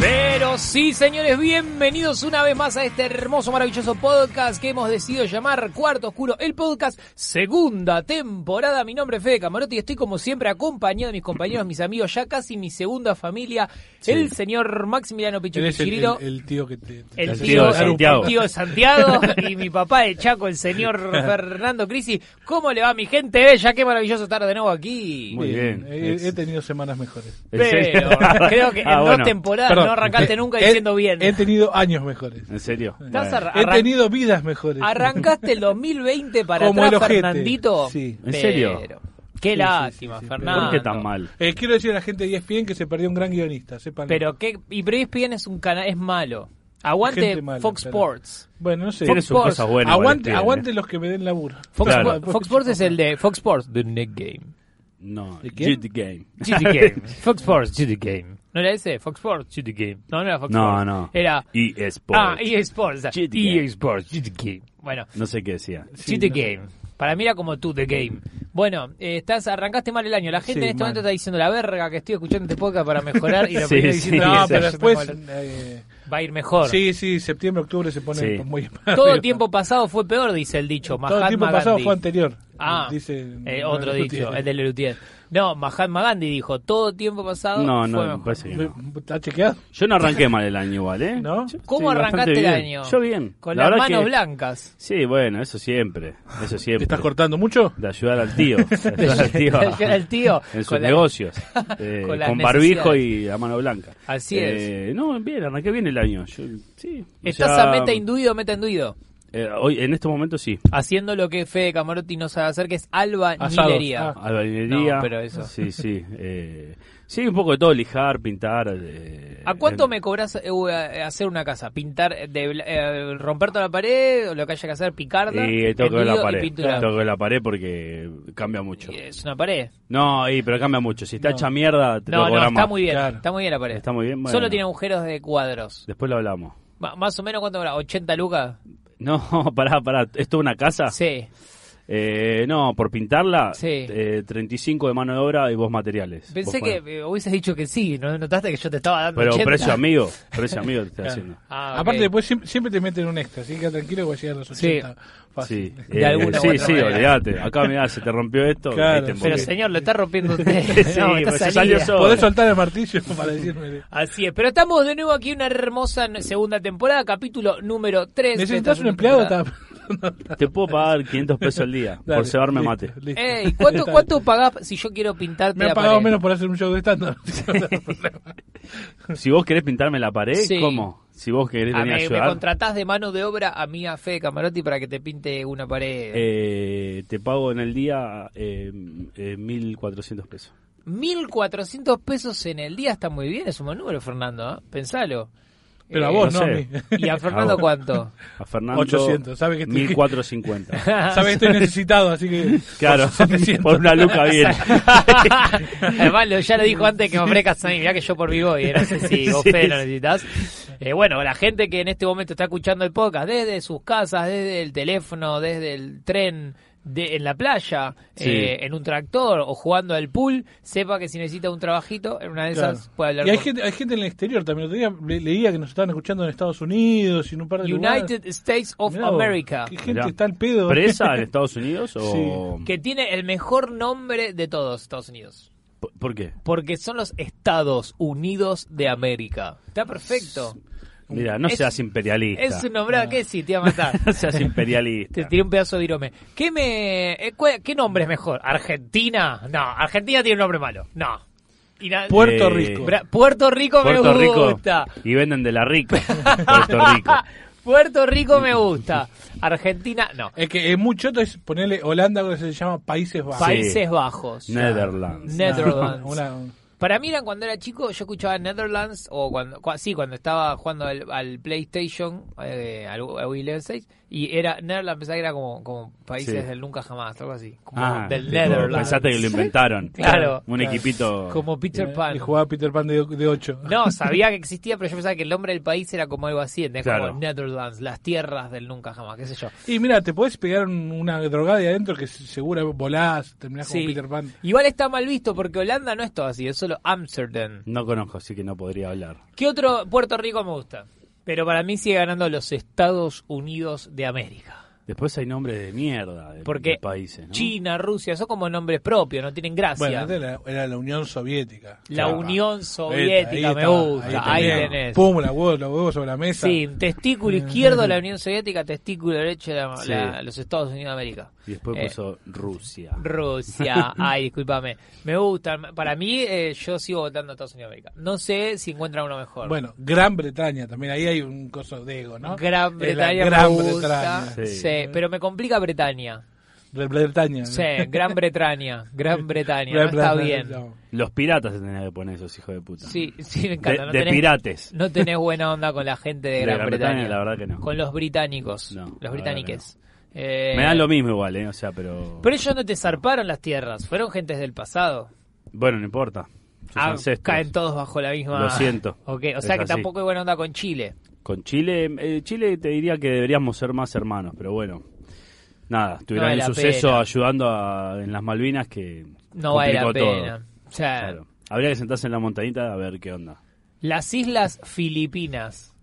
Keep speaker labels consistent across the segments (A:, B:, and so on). A: Pero sí, señores, bienvenidos una vez más a este hermoso, maravilloso podcast que hemos decidido llamar Cuarto Oscuro, el podcast segunda temporada. Mi nombre es Fede Camarotti y estoy como siempre acompañado de mis compañeros, mis amigos, ya casi mi segunda familia, el señor Maximiliano Pichu
B: Él es el,
A: Chirino,
B: el- el tío que te... te-
A: el
B: te-
A: tío,
C: de Santiago.
A: el tío de Santiago y mi papá de Chaco, el señor Fernando Crisi. ¿Cómo le va mi gente bella? Qué maravilloso estar de nuevo aquí.
C: Muy bien.
B: He,
C: Es-
B: he tenido semanas mejores.
C: ¿En serio?
A: Pero creo que en
C: Ah,
A: dos
C: bueno.
A: temporadas
B: Perdón. Eh,
A: no arrancaste nunca
B: He-
A: diciendo bien.
B: He tenido años mejores.
C: ¿En serio?
A: Estás
C: Bueno.
A: arra-
B: He
A: arran-
B: tenido vidas mejores.
A: Arrancaste el 2020 para
B: Como el
A: atrás,
B: ojete.
A: Fernandito.
B: Sí.
C: ¿En serio?
A: Pero, Qué
B: Sí, sí,
A: lástima,
B: sí, sí,
A: Fernando.
C: ¿Por qué tan mal?
B: Eh, quiero decir a la gente de ESPN que se perdió un gran guionista, sepan.
A: Pero qué y pero E ESPN es un canal es malo. Aguante
B: Gente mala,
A: Fox
B: pero-
A: Sports.
B: Bueno, no sé.
C: Tiene sus
A: Fox.
C: cosas buenas. igual
B: aguante,
C: tiene.
B: aguante los que me den laburo.
A: Fox,
C: Claro.
A: Spo- Fox Sports es el de Fox Sports The Next Game.
C: No,
B: ¿De quién?
C: Jude Game.
A: GT Game. Fox Sports GT Game. ¿No era ese? Fox Sports GT Game. No, no era Fox
C: No,
A: Sports.
C: no.
A: Era
C: EA Sports.
A: Ah, EA Sports.
C: GT
A: EA
C: Game.
A: Sports GT Game. Bueno,
C: No sé qué decía.
A: Sí, the game. Para mí era como tú, the game. Bueno, eh, estás, arrancaste mal el año. La gente
B: Sí,
A: en este
B: mal.
A: momento está diciendo la verga que estoy escuchando este podcast para mejorar y lo
C: Sí,
A: primero
C: sí,
A: diciendo
B: No,
C: Sí,
A: "Ah,
C: ese-
B: pero
A: yo
B: después...
A: tengo
B: eh,
A: la- va a ir mejor.
B: sí, sí, septiembre, octubre se pone pues,
C: Sí.
B: muy...
A: Todo tiempo pasado fue peor, dice el dicho.
B: Todo
A: Mahatma
B: el tiempo pasado
A: Gandhi.
B: fue anterior.
A: Ah,
B: dice-
A: eh, otro
B: Lutier.
A: dicho, el de Lelutier. No, Mahatma Gandhi dijo, todo tiempo pasado
C: No,
A: Ah, fue
C: no, me
A: mejor.
C: parece que no.
B: ¿Está chequeado?
C: Yo no arranqué mal el año igual, ¿eh?
B: ¿No?
C: Yo
A: ¿Cómo
C: estoy
A: arrancaste
C: bastante
A: el
C: bien.
A: año?
C: Yo bien.
A: Con
C: La
A: las
C: verdad
A: manos
C: que-
A: blancas.
C: Sí, bueno, eso siempre. Eso siempre.
B: ¿Estás cortando mucho?
C: De ayudar al tío. De ayudar al tío.
A: De
C: a-
A: ayudar al tío.
C: En sus
A: Con la-
C: negocios. eh,
A: con
C: con
A: las
C: barbijo
A: necesidades.
C: y a mano blanca.
A: Así
C: Eh, No, bien, arranqué bien el año. Yo- sí. o
A: Estás
C: sea,
A: a meta induido, meta induido.
C: eh, hoy, en este momento sí.
A: Haciendo lo que Fede Camarotti no sabe hacer, que es
B: Asados.
A: albañilería.
B: Ah,
C: Albañilería.
A: No, pero eso.
C: Sí, sí. eh, sí, un poco de todo, lijar, pintar. eh,
A: ¿A cuánto
C: eh,
A: me cobras eh, u- eh, hacer una casa? ¿Pintar, de, bla- eh, romper toda la pared o lo que haya que hacer? ¿Picarla?
C: Y tengo que ver la
A: enduido y
C: pared.
A: pintura?
C: Tengo que ver la pared porque cambia mucho.
A: Y Es una pared.
C: No, y, pero cambia mucho. Si está
B: No.
C: hecha mierda, te lo
A: No, no,
C: cobramos.
A: está muy bien.
B: Claro.
A: Está muy bien la pared.
C: Está muy bien, bueno.
A: Solo tiene agujeros de cuadros.
C: Después lo hablamos.
A: Ma- más o menos, ¿cuánto cobra? ¿80 lucas?
C: No, pará, pará. ¿Es toda una casa?
A: Sí.
C: Eh, no, por pintarla,
A: Sí.
C: eh, 35 de mano de obra y vos materiales.
A: Pensé
C: Vos
A: que
C: ponés.
A: eh, hubieses dicho que sí. ¿No notaste que yo te estaba dando
C: Pues Pero
A: 80?
C: precio amigo, precio amigo te estoy
B: Claro.
C: haciendo.
A: Ah, ok.
B: Aparte, después siem- siempre te meten un extra, así que tranquilo que vas a llegar a los
A: Sí.
B: 80. Fácil.
C: Sí, eh,
A: De alguna u
C: sí,
A: otra
C: sí,
A: manera.
C: olvídate. Acá mirá, se te rompió esto.
B: Claro,
C: ahí te
B: sí.
A: Pero
C: emboqué.
A: señor, lo está rompiendo usted.
C: Sí,
A: no, está
C: pues se salió
A: salida.
C: solo.
B: Podés soltar el martillo para decirme.
A: Así es, pero estamos de nuevo aquí en una hermosa n- segunda temporada, capítulo número 3.
B: ¿Necesitas un empleado?
C: Te puedo pagar 500 pesos al día por cebarme
B: llevarme
C: mate.
A: Ey, ¿cuánto, ¿cuánto pagás si yo quiero pintarte
B: Me
A: la
B: han pagado
A: pared?
B: menos por hacer un show de stand-up.
C: Si vos querés pintarme la pared,
A: Sí.
C: ¿cómo? Si vos querés
A: Ah,
C: venir a
A: me, me
C: ayudar,
A: contratás de mano de obra a mí, a Fede Camarotti, para que te pinte una pared.
C: eh, te pago en el día eh, eh, 1.400 pesos.
A: 1.400 pesos en el día está muy bien, es un buen número, Fernando, ¿eh? pensalo.
B: Pero a
A: Eh,
B: vos,
C: no
B: no,
C: sé.
B: a mí.
A: ¿Y a Fernando
C: vos.
A: cuánto?
C: A Fernando,
B: 800, sabe que estoy-
C: 1.450.
B: Sabes que estoy necesitado, así que.
C: Claro, por una luca bien.
A: Además, lo- ya lo dijo antes que me ofrezcas a mí. Mirá que yo por mi voy. eh, No sé si vos, Fede, lo necesitas. Eh, bueno, la gente que en este momento está escuchando el podcast, desde sus casas, desde el teléfono, desde el tren, de, en la playa,
C: Sí.
A: eh, en un tractor o jugando al pool, sepa que si necesita un trabajito, en una de esas
B: Claro.
A: puede hablar
B: Y hay
A: con-
B: gente, hay gente en el exterior también. Otro día le- leía que nos estaban escuchando en Estados Unidos y en un par de lugares.
A: United States of
B: Mirá vos,
A: America.
B: ¿Qué gente
C: Mirá.
B: está al pedo?
C: ¿Presa este, en Estados Unidos o...?
A: Que tiene el mejor nombre de todos Estados Unidos.
C: ¿Por- ¿Por qué?
A: Porque son los Estados Unidos de América. Está perfecto.
C: Mira, no
A: Es-
C: seas imperialista.
A: Es un nombrado que sí, te iba a matar.
C: No seas imperialista.
A: Te tiré un pedazo de virome. ¿Qué, me, eh, cua- ¿Qué nombre es mejor? ¿Argentina? No, Argentina tiene un nombre malo. No. Y na-
B: Puerto
C: Eh,
B: Rico.
A: Bra- Puerto Rico me
C: Puerto Rico
A: gusta.
C: y venden de la rica. Puerto Rico.
A: Puerto Rico me gusta. Argentina, no.
B: Es que es mucho es ponerle Holanda, que se llama Países Bajos.
A: Países Bajos.
C: Netherlands.
A: Netherlands.
B: Una- una-
A: Para mí eran cuando era chico, yo escuchaba Netherlands, o cuando, cua- sí, cuando estaba jugando al, al PlayStation, eh, al U- al Eleven 6, y era Netherlands, pensaba que era como, como países
C: Sí.
A: del nunca jamás, algo así. Como
C: Ah,
A: del
C: tipo,
A: Netherlands.
C: pensaste que lo inventaron.
A: Claro.
C: Un
A: Claro.
C: equipito.
A: Como Peter
B: eh, Y
A: Pan.
B: jugaba Peter Pan de, de 8.
A: No, sabía que existía, pero yo pensaba que el nombre del país era como algo así, ¿entendés?
C: Claro.
A: como Netherlands, las tierras del nunca jamás, qué sé yo.
B: Y mira, te podés pegar un- una drogada de adentro que segura volás, terminás
A: Sí.
B: como Peter Pan.
A: Igual está mal visto porque Holanda no es todo así, es solo Amsterdam.
C: No conozco, así que no podría hablar.
A: ¿Qué otro Puerto Rico me gusta? Pero para mí sigue ganando los Estados Unidos de América.
C: Después hay nombres de mierda de,
A: Porque
C: de países, ¿no?
A: China, Rusia, son como nombres propios, no tienen gracia.
B: Bueno, este- antes era, era la Unión Soviética.
A: la
C: claro.
A: Unión
B: Este, Ahí
A: Soviética
B: está,
A: me
B: ahí
A: gusta,
B: está,
A: ahí,
B: bien.
A: tenés.
B: Pum, la huevo, la huevo sobre la mesa.
A: Sí, testículo izquierdo de la Unión Soviética, testículo derecho de la-
C: Sí.
A: la- los Estados Unidos de América.
C: Y después
A: Eh,
C: puso Rusia.
A: Rusia, ay, discúlpame. Me gustan. Para mí, eh, yo sigo votando a Estados Unidos de América. No sé si encuentran uno mejor.
B: Bueno, Gran Bretaña también, ahí hay un coso de ego, ¿no?
A: Gran
B: Es la
A: Bretaña.
B: Gran
A: me gusta. Sí.
B: Bretaña.
C: Sí.
A: pero me complica Bretaña.
B: Gran Bretaña.
A: Sí, Gran Bretaña. Gran Bretaña. No
B: Gran
A: está
B: Bretaña,
A: bien.
B: no.
C: Los piratas se tenían que poner esos hijos de puta.
A: Sí, sí, me
C: de,
A: encanta. no,
C: de
A: tenés,
C: pirates.
A: no tenés buena onda con la gente de,
C: De
A: Gran,
C: Gran
A: Bretaña.
C: Bretaña, la verdad que no.
A: Con los británicos.
C: No, la
A: los
C: verdad
A: britániques. Eh,
C: Me dan lo mismo igual, ¿eh? O sea, pero.
A: Pero ellos no te zarparon las tierras. Fueron gentes del pasado.
C: Bueno, no importa. Sus
A: Ah,
C: ancestros.
A: caen todos bajo la misma.
C: Lo siento.
A: Ok, O
C: Es
A: sea que
C: así.
A: tampoco hay buena onda con Chile.
C: Con Chile, eh, Chile te diría que deberíamos ser más hermanos, pero bueno. Nada,
A: No
C: tuvieron
A: vale
C: un
A: la
C: suceso
A: pena.
C: ayudando a- en las Malvinas que
A: No vale la
C: complicó todo.
A: pena. O sea,
C: Claro. Habría que sentarse en la montañita a ver qué onda.
A: las Islas Filipinas.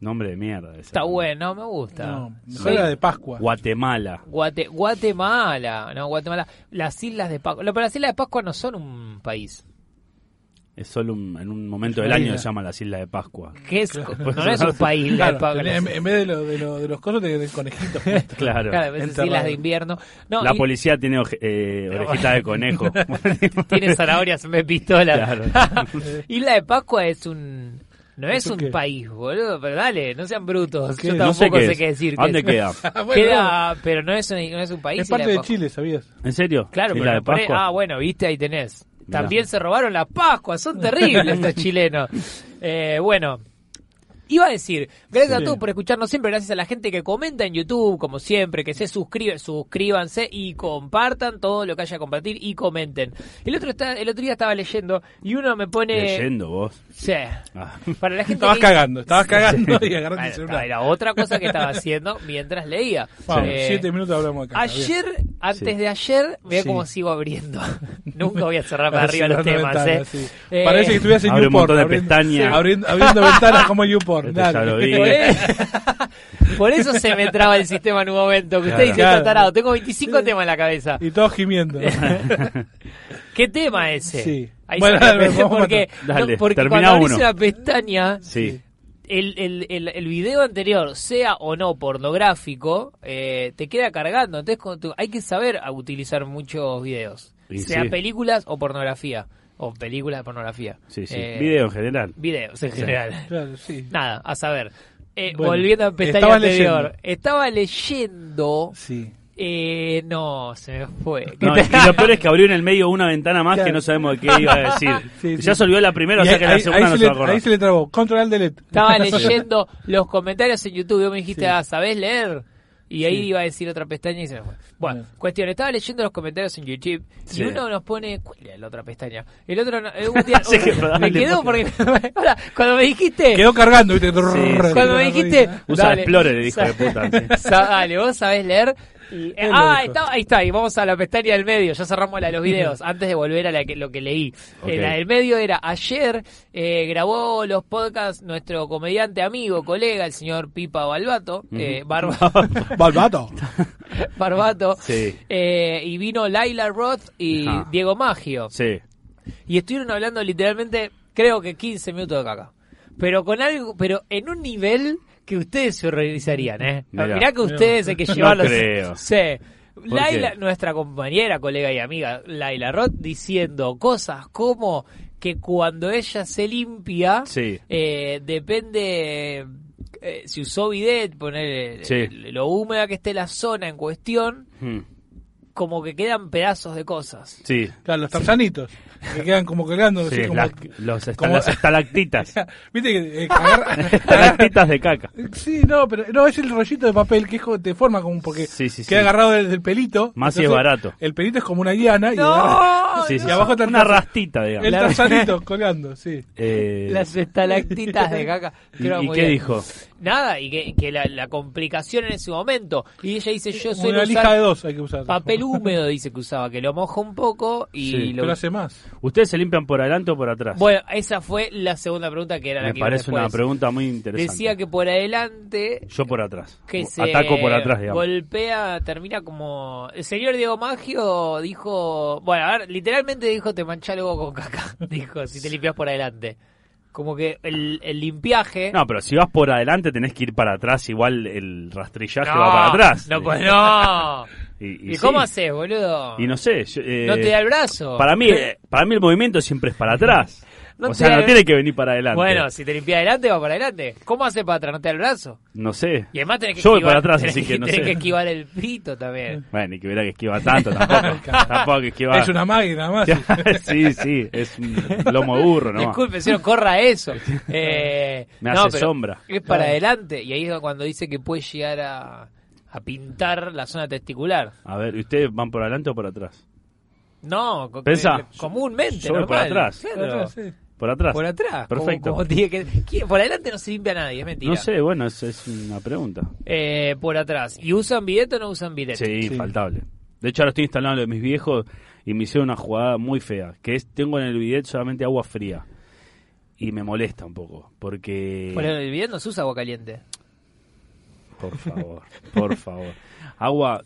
C: Nombre de mierda. ese.
A: Está bueno, me gusta.
B: No,
A: Sí.
B: mejor era de Pascua.
C: Guatemala.
A: Guate- Guatemala, no, Guatemala. Las Islas de Pascua. No, pero las Islas de Pascua no son un país.
C: Es solo un- en un momento
B: Es
C: del
B: una
C: año
B: isla.
C: se llama las Islas de Pascua.
A: ¿Qué es? pues, No, no es un país. la de
B: Claro,
A: Pascua.
B: en, en vez de, lo- de, lo- de los cosos, de, de conejitos.
C: Claro.
A: Claro, a veces
B: Enterrado.
A: islas de invierno. No,
C: la
A: y
C: policía tiene oje- eh, orejita de conejo.
A: tiene zanahorias en vez de pistola.
C: Claro.
A: Isla de Pascua es un. No es
B: ¿Eso
A: un
B: qué?
A: país, boludo, pero dale, no sean brutos.
B: ¿Qué?
A: Yo tampoco
C: no sé qué,
A: sé
C: es.
A: qué decir.
C: ¿A ¿Dónde
A: qué es.
C: queda?
B: Bueno,
A: Queda, pero no es, un, no es un país.
B: es
A: Isla
B: parte de
A: Pascua.
B: Chile, ¿sabías?
C: ¿En serio?
A: Claro,
C: ¿Y
A: pero
C: la de
A: lo ponés-
C: Pascua?
A: Ah, bueno, viste, ahí tenés.
C: Mirá.
A: También se robaron las Pascuas, son terribles estos chilenos. Eh, bueno, iba a decir, gracias a todos por escucharnos siempre, gracias a la gente que comenta en YouTube, como siempre, que se suscribe, suscríbanse y compartan todo lo que haya que compartir y comenten. El otro, está, el otro día estaba leyendo y uno me pone...
C: Leyendo vos.
A: Sí.
C: Ah.
A: Para la gente
B: Estabas
A: que-
B: cagando, estabas cagando y agarraste
A: Bueno,
B: el celular.
A: Era otra cosa que estaba haciendo mientras leía.
B: Vamos,
A: Eh,
B: siete minutos hablamos acá.
A: Ayer, antes
C: Sí.
A: de ayer, veo
B: Sí.
A: cómo sigo abriendo. Nunca voy a cerrar para
B: Para
A: arriba los temas, ¿eh? Eh,
B: Parece que estuvieras en
C: Abre un
B: YouPorn.
C: montón de
B: abriendo-
C: pestañas.
B: sí, Abriendo, abriendo ventanas como YouPorn.
C: Este ya
B: dale.
C: lo vi.
A: por, e- por eso se me traba el sistema en un momento. Que usted
C: Claro.
A: dice,
B: Claro.
A: "Está tarado". Tengo 25 temas en la cabeza.
B: Y todos gimiendo.
A: ¿Qué tema ese?
B: Sí.
A: Ahí
B: Bueno,
A: se-
B: dale, vamos,
A: porque,
C: dale,
A: no, porque
C: termina
A: cuando abrís
C: uno.
A: una pestaña,
C: Sí.
A: el, el, el, el video anterior, sea o no pornográfico, eh, te queda cargando. Entonces como tú- hay que saber a utilizar muchos videos,
C: Y
A: sea
C: sí.
A: películas o pornografía. O películas de pornografía.
C: Sí, sí.
A: Eh,
C: Video en general.
A: Videos en general.
B: Claro, sí.
A: Nada, a saber. Eh,
B: Bueno,
A: volviendo a pestaña
B: estaba
A: anterior.
B: leyendo.
A: Estaba leyendo.
B: Sí.
A: Eh, no, se me fue.
C: No, y y lo peor es que abrió en el medio una ventana más
B: Claro.
C: que no sabemos de qué iba a decir.
B: Sí, sí.
C: Ya se olvidó la primera, o
B: Y
C: sea que la
B: ahí-
C: segunda
B: ahí
C: no
B: se
C: se va
B: le-
C: a acordar.
B: Ahí se le trabó. Control delete.
A: Estaba leyendo los comentarios en YouTube. y Vos me dijiste,
B: Sí.
A: ah, ¿sabés leer? Y ahí
B: Sí.
A: iba a decir otra pestaña y se me fue. Bueno,
B: Bien.
A: cuestión, estaba leyendo los comentarios en YouTube y
C: Sí.
A: uno nos pone, ¿cuál era la otra pestaña? El otro no, eh, un día-
C: Sí, que
A: me
C: dale,
A: quedó porque ahora, cuando me dijiste,
B: Quedó cargando, ¿viste?
A: cuando me dijiste,
C: Usa
A: dale,
C: Explorer, el hijo
A: sa-
C: de puta. sí.
A: sa- dale, vos sabés leer. Y,
B: Él lo
A: ah,
B: dijo.
A: está- ahí está, y vamos a la pestaña del medio, ya cerramos la de los videos, antes de volver a la que, lo que leí. Eh,
C: Ok.
A: la del medio era, ayer eh, grabó los podcasts nuestro comediante amigo, colega, el señor Pipa Balbato, eh, Barba-
B: Balbato.
A: Barbato,
C: Sí.
A: eh, y vino Laila Roth y
C: Ajá.
A: Diego Maggio.
C: Sí.
A: Y estuvieron hablando literalmente, creo que 15 minutos de caca. Pero con algo, pero en un nivel que ustedes se horrorizarían, ¿eh? Mirá,
C: Mirá.
A: que ustedes hay que llevarlos.
C: creo.
A: Sí.
C: ¿Por
A: Laila,
C: qué?
A: nuestra compañera, colega y amiga, Laila Roth, diciendo cosas como que cuando ella se limpia,
C: Sí.
A: eh, depende eh, si usó bidet, poner
C: Sí.
A: lo húmeda que esté la zona en cuestión,
C: Hmm.
A: como que quedan pedazos de cosas.
C: Sí.
B: Claro, los tarzanitos, que quedan como colgando, no
C: Sí,
B: sé, como-
C: las, los esta-
B: como-
C: las estalactitas.
B: Viste que eh, agarra-
C: estalactitas de caca.
B: Sí, no, pero no, es el rollito de papel que es como- te forma como porque
C: Sí, sí,
B: queda
C: sí.
B: agarrado del, del pelito.
C: Más si es barato.
B: El pelito es como una guiana y, agarra-
C: Sí, sí,
B: y
C: sí.
B: abajo está el
C: Una
B: tarza-
C: rastita, digamos.
B: el
A: La-
B: tarzanito colgando, sí.
C: Eh,
A: Las estalactitas de caca.
C: ¿Y,
A: Creo
C: y
A: muy
C: qué
A: bien.
C: dijo?
A: Nada, y que, que la, la complicación en ese momento. Y ella dice, yo soy
B: una lija de dos hay que usar.
A: papel húmedo, dice que usaba, que lo moja un poco y
C: Sí,
A: lo...
B: Pero hace más.
C: ¿Ustedes se limpian por adelante o por atrás?
A: Bueno, esa fue la segunda pregunta que era la
C: Me
A: que
C: parece
A: iba
C: una
A: después.
C: pregunta muy interesante.
A: Decía que por adelante
C: Yo por atrás.
A: que se
C: Ataco por atrás, digamos.
A: golpea, termina como... El señor Diego Maggio dijo... Bueno, a ver, literalmente dijo, te mancha luego con caca. Dijo, si te limpias por adelante. Como que el, el limpiaje...
C: No, pero si vas por adelante tenés que ir para atrás, igual el rastrillaje
A: No,
C: va para atrás.
A: No, pues no. ¿Y,
C: sí.
A: cómo haces, boludo?
C: Y no sé. yo, eh,
A: ¿No te da el brazo.
C: Para mí, eh, para mí el movimiento siempre es para atrás.
A: No
C: o
A: te
C: sea,
A: da
C: no
A: el-
C: tiene que venir para adelante.
A: Bueno, si te limpias adelante, va para adelante. ¿Cómo haces para atrás? ¿No te da el brazo?
C: no sé.
A: Y además tenés que
C: Yo voy
A: esquivar,
C: para atrás,
A: tenés
C: así que no
A: tenés
C: sé.
A: que esquivar el pito también.
C: Bueno, y que hubiera que esquivar tanto tampoco. tampoco que esquivar.
B: Es una máquina más.
C: sí, sí, es un lomo de burro, ¿no?
A: Disculpe, si no corra eso. Eh,
C: Me
A: no,
C: hace
A: pero
C: sombra.
A: Es para adelante. Y ahí es cuando dice que puede llegar a, a pintar la zona testicular.
C: A ver, ¿y ¿ustedes van por adelante o por atrás?
A: No, co-
C: Pensá,
A: eh, comúnmente.
C: yo voy por
A: normal.
C: atrás.
A: Claro.
B: Por atrás, sí.
C: Por atrás.
A: Por atrás. como-
C: Perfecto.
A: como tiene que- ¿Quién? Por adelante no se limpia nadie, es mentira.
C: no sé, bueno, es, es una pregunta.
A: Eh, por atrás. ¿Y usan bidet o no usan bidet?
C: Sí, infaltable. De hecho, ahora estoy instalando lo de mis viejos y me hicieron una jugada muy fea, que es, tengo en el bidet solamente agua fría. Y me molesta un poco, porque...
A: Por el bidet no se usa agua caliente.
C: Por favor, por favor. Agua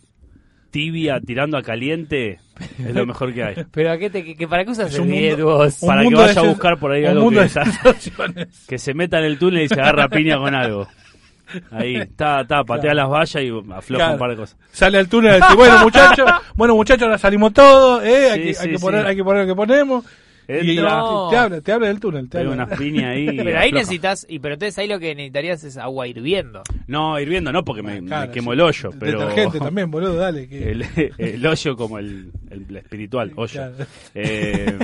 C: tibia tirando a caliente es lo mejor que hay.
A: ¿Pero a qué te, que, que- para qué usas
B: Es
A: el
B: un
A: bidet
B: mundo-
A: vos?
B: un
C: Para que
B: mundo de
C: vaya a
B: sen-
C: buscar por ahí
B: un
C: algo
B: mundo
C: que-
B: de sensaciones.
C: Que se meta en el túnel y se agarra piña con algo. Ahí, está, ta, patea las vallas y afloja
B: Claro.
C: un par de cosas.
B: Sale al túnel y dice, bueno muchachos, bueno muchachos, ahora salimos todos, eh, hay,
C: Sí,
B: que, hay
C: sí,
B: que poner,
C: sí.
B: hay que poner lo que ponemos. Y
C: Entra.
B: y te habla, te habla del túnel, te
C: Pega
B: habla.
C: unas piñas ahí. y
A: Pero ahí
C: afloja.
A: necesitas, y pero entonces ahí lo que necesitarías es agua hirviendo.
C: No, hirviendo no, porque me, me
B: Claro,
C: quemo
B: sí.
C: el hoyo. Pero Eh,
B: Detergente también, boludo, dale. Que...
C: El, el hoyo como el, el espiritual, hoyo.
B: Claro.
C: Eh,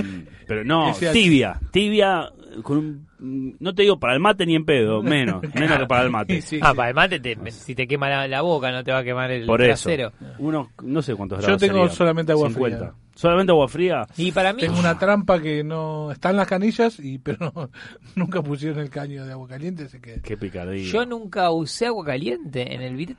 C: pero no,
B: Ese-
C: tibia. Tibia, con un, no te digo para el mate ni en pedo, menos. Menos que para el
B: Sí,
C: mate.
B: sí,
A: ah,
B: sí.
A: para además te- te- si te quema la, la boca no te va a quemar el
C: Por eso.
A: trasero.
C: Unos, no sé cuántos
B: Yo
C: grados.
B: tengo
C: serían.
B: solamente agua fría.
C: ¿Solamente agua fría?
A: Y para mí,
B: Tengo una trampa que no está en las canillas y pero no- nunca pusieron el caño de agua caliente, así que
C: Qué picardía.
A: yo nunca usé agua caliente en el bidet.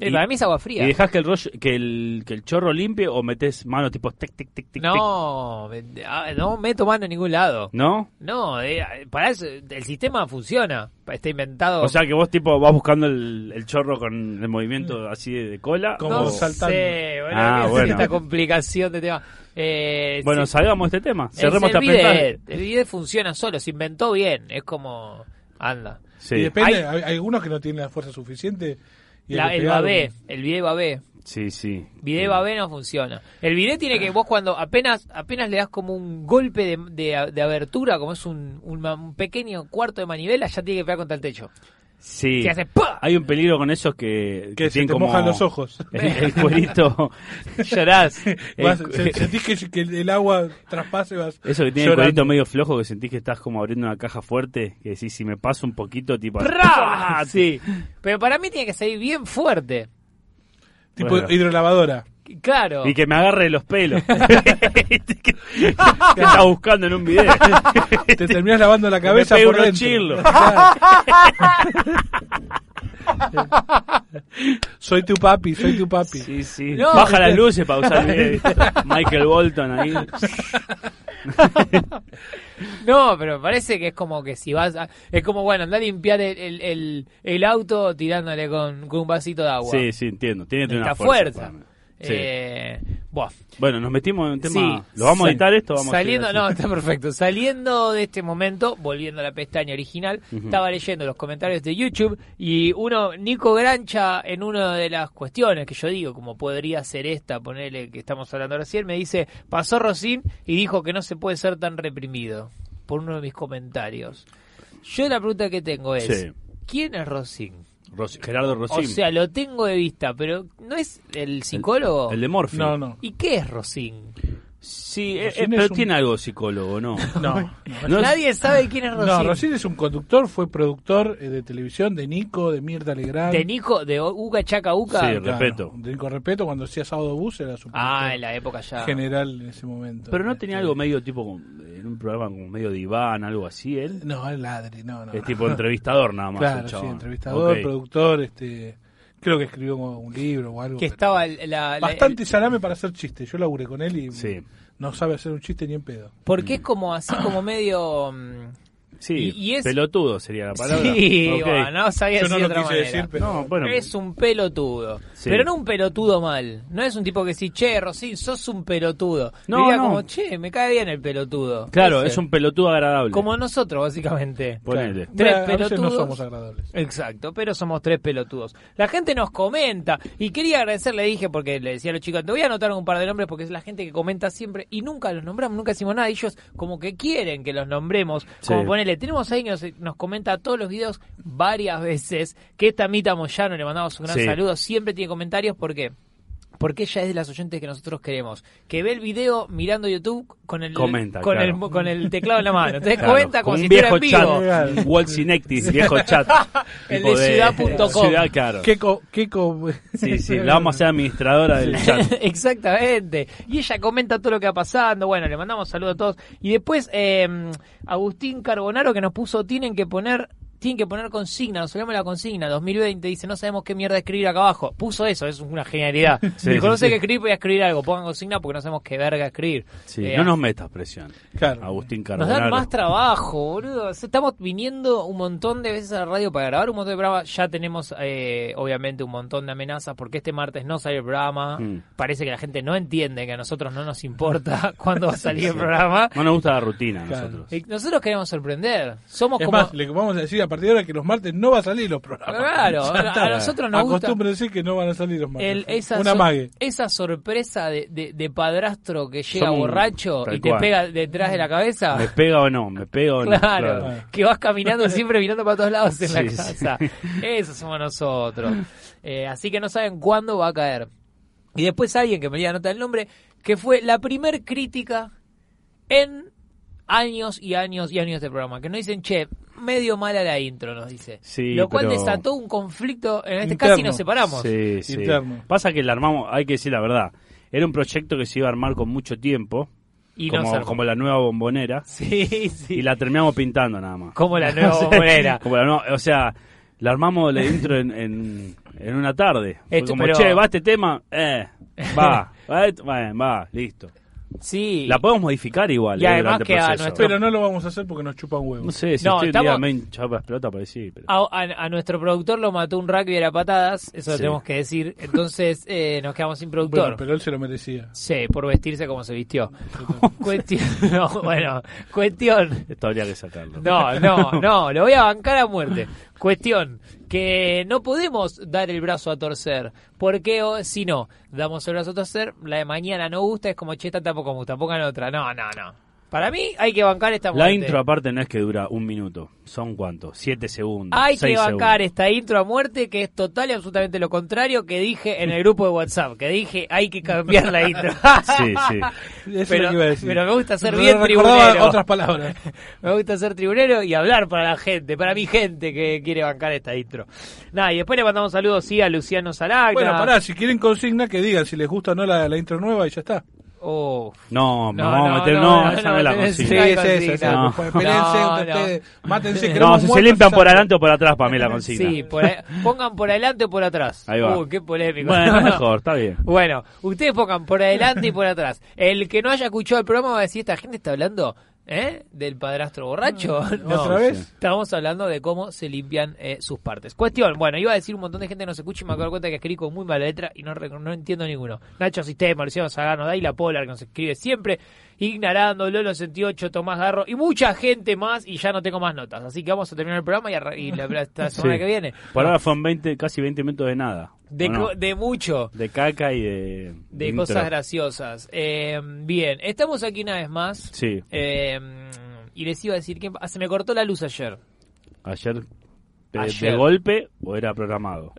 A: Eh,
C: Y-
A: para mí es agua
C: ¿Y
A: fría.
C: dejás que el, rollo, que el que el chorro limpie o metes mano tipo tic, tic, tic, tic? tic?
A: No, me- ah, no meto mano en ningún lado.
C: ¿No?
A: No, eh, para eso el sistema funciona. Está inventado.
C: O sea que vos tipo vas buscando el, el chorro con el movimiento así de, de cola.
B: Como
A: no
C: o-
B: sal- saltando.
A: sé, bueno,
C: Ah,
A: ¿qué es
C: bueno.
A: esta complicación de tema. Eh,
C: Bueno,
A: sí,
C: salgamos de este tema.
A: es
C: Cerremos esta
A: el bidet.
C: pestaña.
A: El bidet funciona solo, se inventó bien. Es como, anda.
C: Sí,
B: y depende,
A: Hay-
B: hay, hay algunos que no tienen la fuerza suficiente y
A: La-
B: hay que
A: el
B: pegar
A: babé,
B: un-
A: el bidet babé.
C: sí, sí.
A: Bidet babé no funciona. El bidet tiene que vos cuando apenas apenas le das como un golpe de, de- de abertura, como es un, un ma- un pequeño cuarto de manivela, ya tiene que pegar contra el techo.
C: Sí.
A: Que hace ¡pa!
C: Hay un peligro con esos que,
B: que se
C: tienen
B: te
C: como
B: mojan los ojos.
C: El, el cuerito.
A: Llorás.
C: el-
B: Vas- se- sentís que, que el agua traspase vas
C: Eso que tiene el
B: llorando.
C: cuerito medio flojo que sentís que estás como abriendo una caja fuerte. Que decís, si me paso un poquito, tipo.
A: ¡Pra!
C: ¡Ah!
A: Sí. Pero para mí tiene que salir bien fuerte.
B: tipo
C: Bueno.
B: hidrolavadora.
A: Claro.
C: Y que me agarre los pelos. ¿Qué que estás buscando en un video?
B: Te terminás lavando la cabeza
C: me pegue
B: por
C: unos
B: dentro.
C: chirlos.
B: Claro. soy tu papi, soy tu papi.
C: Sí, sí.
A: No.
C: Baja las luces para usar el Michael Bolton ahí.
A: No, pero me parece que es como que si vas. a- es como, bueno, andá a limpiar el, el, el- el auto tirándole con, con un vasito de agua.
C: Sí, sí, entiendo. Tiene que tener
A: Esta
C: una fuerza.
A: fuerza.
C: para mí. Sí.
A: Eh, buah.
C: Bueno, nos metimos en un tema.
A: Sí.
C: ¿Lo vamos a
A: Sa-
C: editar esto? Vamos a seguir
A: Saliendo,
C: así?
A: no, está perfecto. Saliendo de este momento, volviendo a la pestaña original, estaba leyendo los comentarios de YouTube y uno, Nico Grancha, en una de las cuestiones que yo digo, como podría ser esta, ponerle que estamos hablando recién, me dice, pasó Rocín y dijo que no se puede ser tan reprimido por uno de mis comentarios. Yo la pregunta que tengo es,
C: Sí.
A: ¿quién es Rocín?
C: Ros- Gerardo
A: O
C: Rosim.
A: sea, lo tengo de vista, pero ¿no es el psicólogo?
C: el de Morphy.
B: No, no.
A: ¿Y qué es Rosín?
C: Sí, eh, eh,
B: Rosin
C: pero
B: es un-
C: tiene algo psicólogo, ¿no?
B: No, no.
C: No es-
A: Nadie sabe quién es Rosín.
B: No, Rosín es un conductor, fue productor eh, de televisión de Nico, de Mirta Legrand.
A: De Nico, de Uca Chaca Uca.
C: Sí, Nico, respeto.
B: De Nico Respeto, cuando hacía Sábado Bus era su
A: Ah,
B: productor
A: en la época ya.
B: general en ese momento.
C: Pero no
B: Este,
C: tenía algo medio tipo, como- en un programa como medio diván, algo así, él.
B: No, el ladri, no, no.
C: Es tipo entrevistador nada más. el
B: Claro, sí,
C: chabón.
B: entrevistador,
C: Ok.
B: productor, este... Creo que escribió un libro o algo.
A: Que
B: pero-
A: estaba el- la, la-
B: Bastante salame para hacer chistes. Yo laburé con él y
C: Sí.
B: no sabe hacer un chiste ni en pedo.
A: el- porque es como así, como medio. mm,
C: Sí,
A: Y- y es-
C: pelotudo sería la palabra.
A: Sí,
C: Ok.
A: bueno, no sabía
B: Yo
A: decir
B: no lo
A: de otra
B: quise
A: manera.
B: decir, pero...
C: No, bueno,
A: Es un pelotudo.
C: Sí.
A: Pero no un pelotudo mal. No es un tipo que si, che, Rosín, sos un pelotudo.
C: No,
A: Diría
C: no.
A: como, che, me cae bien el pelotudo.
C: claro,
A: Ese.
C: es un pelotudo agradable.
A: Como nosotros, básicamente.
C: Ponele.
B: Bueno,
A: Tres
B: a veces no
A: pelotudos.
B: somos agradables.
A: Exacto, pero somos tres pelotudos. La gente nos comenta y quería agradecer, le dije, porque le decía a los chicos, te voy a anotar un par de nombres porque es la gente que comenta siempre y nunca los nombramos, nunca decimos nada. Ellos como que quieren que los nombremos.
C: Sí.
A: Como ponele, tenemos ahí que nos, nos comenta todos los videos varias veces que esta Mita Moyano, le mandamos un gran
C: Sí.
A: saludo, siempre tiene comentarios porque... Porque ella es de las oyentes que nosotros queremos. Que ve el video mirando YouTube con el,
C: Comenta,
A: con,
C: claro.
A: el mo- con el teclado en la mano. Entonces
C: Claro,
A: comenta como
C: un
A: si estuviera
C: viejo
A: en vivo.
B: vivo.
C: chat. Walt Sinectis, viejo chat.
A: El
C: Tipo
A: de ciudad.com.
C: Ciudad, claro.
B: ¿Qué co- qué co-
C: Sí, sí, la vamos a hacer administradora del chat.
A: Exactamente. Y ella comenta todo lo que va pasando. Bueno, le mandamos saludos a todos. Y después eh, Agustín Carbonaro que nos puso, tienen que poner... Tienen que poner consigna, nos olvidamos la consigna. 2020 dice, no sabemos qué mierda escribir acá abajo. Puso eso, es una genialidad.
C: Sí,
A: si
C: sí,
A: conoce
C: sí.
A: que escribir, voy a escribir algo. Pongan consigna porque no sabemos qué verga escribir.
C: Sí,
A: Eh,
C: no nos metas presión.
B: Claro.
C: Agustín
A: nos
C: Carbonaro.
A: dan más trabajo, boludo. O sea, Estamos viniendo un montón de veces a la radio para grabar un montón de programas. Ya tenemos, eh, obviamente, un montón de amenazas porque este martes no sale el programa.
C: Mm.
A: Parece que la gente no entiende que a nosotros no nos importa cuándo va a salir el programa.
C: No nos gusta la rutina a
B: Claro.
C: nosotros.
A: Y nosotros queremos sorprender. Somos
B: Es
A: como...
B: más, le vamos a decir a partir de ahora que los martes no va a salir los programas.
A: Claro,
B: Ya está.
A: a nosotros nos gusta-
B: Acostumbro decir que no van a salir los martes.
A: el- esa,
B: Una
A: sor-
B: mague.
A: esa sorpresa de, de- de padrastro que llega
C: Somos un-
A: borracho
C: tal
A: y te
C: cual.
A: pega detrás de la cabeza.
C: ¿Me pega o no? ¿Me pega o no?
A: Claro, que vas caminando siempre mirando para todos lados en la
C: Sí, sí.
A: casa. Eso somos nosotros. Eh, así que no saben cuándo va a caer. Y después alguien que me diga nota el nombre, que fue la primer crítica en años y años y años de programa. Que nos dicen, che, medio mala la intro, nos dice.
C: Sí,
A: Lo cual
C: pero-
A: desató un conflicto, en este
B: Interno.
A: casi nos separamos.
C: Sí, sí.
B: Interno.
C: Pasa que la armamos, hay que decir la verdad. Era un proyecto que se iba a armar con mucho tiempo.
A: Y nos
C: como,
A: armó.
C: como la nueva bombonera.
A: Sí, sí.
C: Y la terminamos pintando nada más.
A: Como la nueva bombonera.
C: Como la nueva- o sea, la armamos la intro en, en, en una tarde. Fue
A: Esto,
C: como,
A: pero-
C: che, va este tema, eh, va, va, esto, bueno, va, listo.
A: Sí.
C: La podemos modificar igual.
A: Y
C: eh,
A: además
C: durante
A: que
C: el
A: a
C: proceso.
A: nuestro-
B: Pero no lo vamos a hacer porque nos chupan huevos.
C: No sé, si
A: No,
C: estoy
A: estamos- Ah.
C: un día me hinchaba las pelotas, por decir, pero...
A: A, a- a nuestro productor lo mató un rugby a patadas, eso lo
C: Sí.
A: tenemos que decir. Entonces eh, nos quedamos sin productor.
B: Bueno, pero él se lo merecía.
A: Sí, por vestirse como se vistió. cuestión, no, bueno, cuestión.
C: Esto habría que sacarlo.
A: No, no, no, lo voy a bancar a muerte. Cuestión, que no podemos dar el brazo a torcer, porque o- si no, damos el brazo a torcer, la de mañana no gusta, es como, che, esta tampoco me gusta, pongan otra. No, no, no. Para mí hay que bancar esta
C: La
A: muerte.
C: intro aparte no es que dura un minuto, son cuántos, siete segundos.
A: Hay que
C: seis
A: bancar
C: segundos.
A: esta intro a muerte que es total y absolutamente lo contrario que dije en el grupo de WhatsApp, que dije hay que cambiar la intro.
C: Sí, sí.
B: Eso es
A: Pero-
B: lo que iba a decir.
A: pero me gusta ser
B: No
A: bien
B: recordaba
A: tribunero.
B: otras palabras.
A: Me gusta ser tribunero y hablar para la gente, para mi gente que quiere bancar esta intro. Nada, y después le mandamos saludos sí a Luciano Salacra.
B: Bueno, pará, si quieren consigna, que digan si les gusta o no la, la intro nueva y ya está.
A: Oh, No,
C: No, no, vamos
A: no,
C: a meter,
A: no,
C: no,
A: no,
C: esa
A: no,
C: no, es la
A: tenés-
C: consigna.
A: Sí, es esa, esa.
C: No.
A: No,
B: entre
A: no.
B: ustedes, Mátense,
C: No,
B: queremos
C: si se
B: muertos,
C: limpian
B: ya
C: por
B: está.
C: adelante o por atrás, para mí la consigna.
A: sí, por ahí- pongan por adelante o por atrás.
C: Ahí va.
A: Uy, Uh, qué polémico.
C: Bueno, mejor, está bien.
A: Bueno, ustedes pongan por adelante y por atrás. El que no haya escuchado el programa va a decir, esta gente está hablando ¿eh? del padrastro borracho. No,
B: ¿Otra vez?
A: Estábamos hablando de cómo se limpian eh, sus partes. Cuestión, bueno, iba a decir un montón de gente que nos escucha y me acabo cuenta que escribí con muy mala letra y no, rec- no entiendo ninguno. Nacho Sistema, Luciano Sagano, Daila Polar, que nos escribe siempre, Ignorando, Lolo 68, Tomás Garro y mucha gente más y ya no tengo más notas. Así que vamos a terminar el programa y, arra- y la, la- esta semana
C: Sí.
A: que viene.
C: Por ahora fueron 20, casi 20 minutos de nada.
A: De,
C: ¿o no?
A: co- de mucho.
C: De caca y de.
A: De
C: intro.
A: cosas graciosas. Eh, bien, estamos aquí una vez más.
C: Sí.
A: Eh, y les iba a decir que ah, se me cortó la luz ayer.
C: Ayer de-
A: Ayer.
C: de golpe o era programado.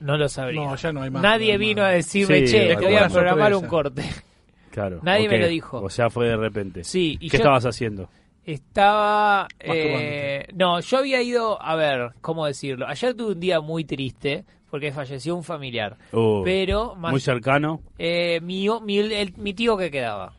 A: No lo sabría.
B: No, ya no hay más,
A: Nadie
B: no hay
A: vino
B: más.
A: a decirme,
C: Sí,
A: che,
C: es
A: te
C: como
A: voy a
C: una
A: programar
B: sorpresa.
A: un corte.
C: Claro.
A: Nadie
C: ok.
A: me lo dijo.
C: O sea, fue de repente.
A: Sí, y
C: ¿Qué
A: yo-
C: estabas haciendo?
A: Estaba...
B: Masturbándote.
A: eh, no, yo había ido, a ver, ¿cómo decirlo? Ayer tuve un día muy triste porque falleció un familiar.
C: Oh,
A: pero más-
C: Muy cercano.
A: eh, mi, mi- el- mi tío que quedaba.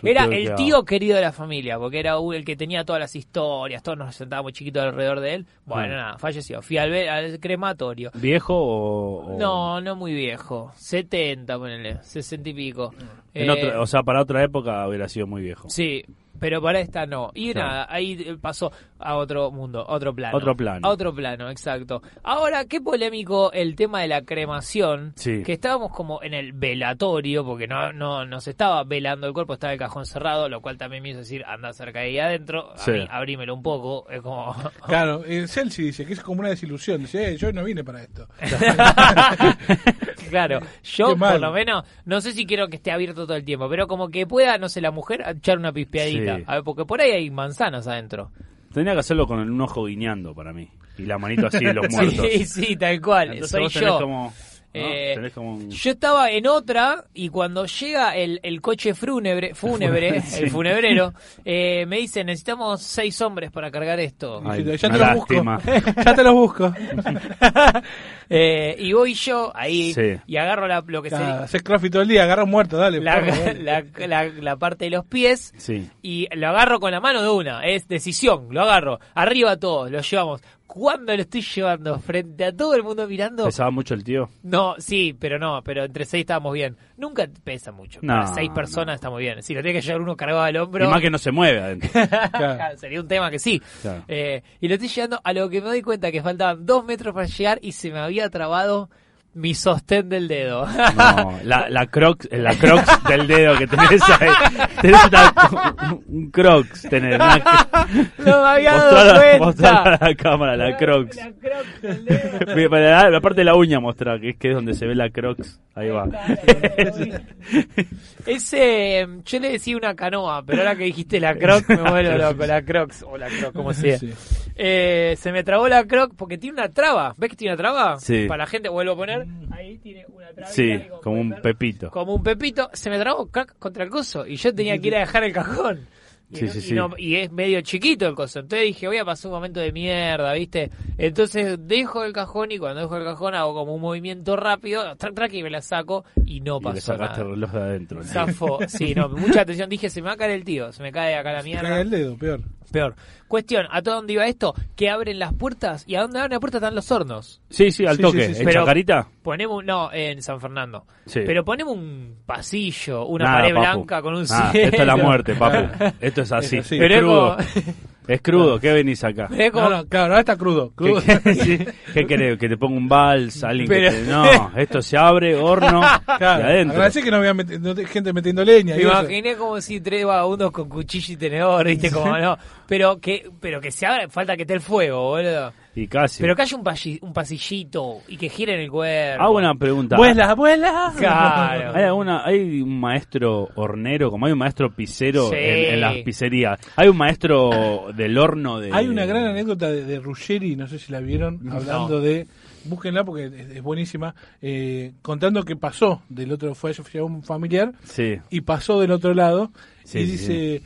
C: Tu
A: Era
C: tío que
A: el
C: quedaba.
A: tío querido de la familia, porque era un- el que tenía todas las historias, todos nos sentábamos chiquitos alrededor de él. Bueno,
C: Ah.
A: nada, falleció. Fui al, ve- al crematorio.
C: ¿Viejo o...? o-
A: No, no muy viejo. 70, ponele. 60 y pico.
C: en
A: Eh,
C: otra- o sea, para otra época hubiera sido muy viejo.
A: Sí, pero para esta no. Y
C: Claro.
A: nada, ahí eh, pasó a otro mundo, a otro plano.
C: Otro plano.
A: A otro plano, exacto. Ahora, qué polémico el tema de la cremación.
C: Sí.
A: Que estábamos como en el velatorio, porque no, no, no se estaba velando el cuerpo, estaba el cajón cerrado, lo cual también me hizo decir, anda cerca de ahí adentro, a
C: Sí.
A: mí, abrímelo un poco. Es como...
B: Claro, el Celsi dice que es como una desilusión. Dice, eh, yo no vine para esto.
A: claro, yo
B: Qué mal.
A: por lo menos, no sé si quiero que esté abierto todo el tiempo, pero como que pueda, no sé, la mujer echar una pispeadita.
C: Sí.
A: A ver, porque por ahí hay manzanas adentro.
C: Tendría que hacerlo con un ojo guiñando para mí. Y la manito así de los muertos.
A: Sí, sí, tal cual.
C: Entonces
A: Soy
C: vos
A: yo.
C: tenés como... ¿no?
A: Eh,
C: Tenés como un-
A: Yo estaba en otra y cuando llega el, el coche fúnebre, fúnebre el funebrero, eh, me dice, necesitamos seis hombres para cargar esto.
C: Ay,
B: ya te
C: una
B: lo busco.
C: lástima.
B: ya te lo busco.
A: Eh, y voy yo ahí
C: Sí.
A: y agarro la, lo que se-
B: Ah, Haces crossfit todo el día, agarra un muerto, dale.
A: la,
B: porro, dale.
A: la- la- la parte de los pies
C: Sí.
A: y lo agarro con la mano de una. Es decisión, lo agarro. Arriba todos, lo llevamos. Cuando lo estoy llevando frente a todo el mundo mirando,
C: Pesaba mucho el tío.
A: No, sí, pero no, pero entre seis estábamos bien. Nunca pesa mucho.
C: No,
A: Para seis personas estamos bien. Si lo tiene que llevar uno cargado al hombro,
C: Y más que no se mueve adentro.
A: claro, sería un tema que sí.
C: Claro.
A: Eh, y lo estoy llevando a lo que me doy cuenta que faltaban dos metros para llegar y se me había trabado mi sostén del dedo.
C: No, la, la crocs, la crocs del dedo que tenés ahí. Tenés una- un crocs, tenés. Una,
A: no me había dado
C: mostrala-
A: cuenta.
C: mostrala a la cámara, la crocs.
A: La crocs del dedo.
C: Mira, para La, la parte de la uña mostrar, que es que es donde se ve la crocs. Ahí va.
A: Ese, mm, yo le decía una canoa, pero ahora que dijiste la croc, me vuelvo loco, la crocs, o la croc, como sea.
B: Sí.
A: Eh, se me trabó la croc porque tiene una traba, ¿ves que tiene una traba?
C: Sí.
A: Para la gente, vuelvo a poner, Mm. ahí tiene una traba.
C: Sí, como un pepito.
A: Como un pepito, se me trabó crack contra el coso y yo tenía que ir a dejar el cajón. Y,
C: Sí,
A: no-
C: sí,
A: y
C: sí.
A: no- y es medio chiquito el coso. Entonces dije, voy a pasar un momento de mierda, ¿viste? Entonces dejo el cajón y cuando dejo el cajón hago como un movimiento rápido, track, track, y me la saco y no
C: Y le
A: pasó
C: sacaste el
A: nada.
C: reloj de adentro.
A: Zafó. Sí, no, mucha atención. Dije, se me va a caer el tío, se me cae acá la
B: Te caga
A: mierda.
B: el dedo, peor.
A: Peor. Cuestión, ¿a todo dónde iba esto? Que abren las puertas y a dónde abren las puertas están los hornos.
C: Sí, sí, al
B: Sí,
C: toque.
B: sí, sí,
C: ¿En
A: Pero-
C: Chacarita?
A: Ponemos, un- no, en San Fernando.
C: Sí.
A: Pero ponemos un pasillo, una
C: Nada,
A: pared
C: papu.
A: blanca con un
C: Nada,
A: cielo.
C: Esto es la muerte, papu. Esto es así.
B: Es así.
C: Es
A: Pero es
C: crudo.
A: como-
C: Es crudo, ¿qué venís acá?
A: pero es como-
B: No, no, claro, ahora está crudo.
C: ¿Qué,
B: crudo.
C: qué- sí, qué querés? ¿Que te ponga un vals? Alguien que
A: Pero-
C: te- No, esto se abre, horno, y
B: Claro,
C: adentro.
B: agradecí que no había meti- no te- gente metiendo leña.
A: Me
B: y eso.
A: imaginé como si tres vagabundos con cuchillo y tenedor, viste, como no. Pero que, pero que se abra, falta que esté el fuego, boludo.
C: Y casi.
A: Pero que haya un, pasi- un pasillito y que gire en el cuerpo.
C: Hago una Ah, pregunta.
B: Vuela, vuela.
A: Claro.
C: ¿Hay, alguna, ¿Hay un maestro hornero, como hay un maestro pisero
A: Sí.
C: en, en las pizzerías? ¿Hay un maestro del horno de...?
B: Hay una gran anécdota de, de Ruggeri, no sé si la vieron, hablando de. Búsquenla porque es, es buenísima. eh, contando que pasó del otro, fue a un familiar
C: Sí,
B: y pasó del otro lado.
C: Sí,
B: y
C: sí,
B: dice: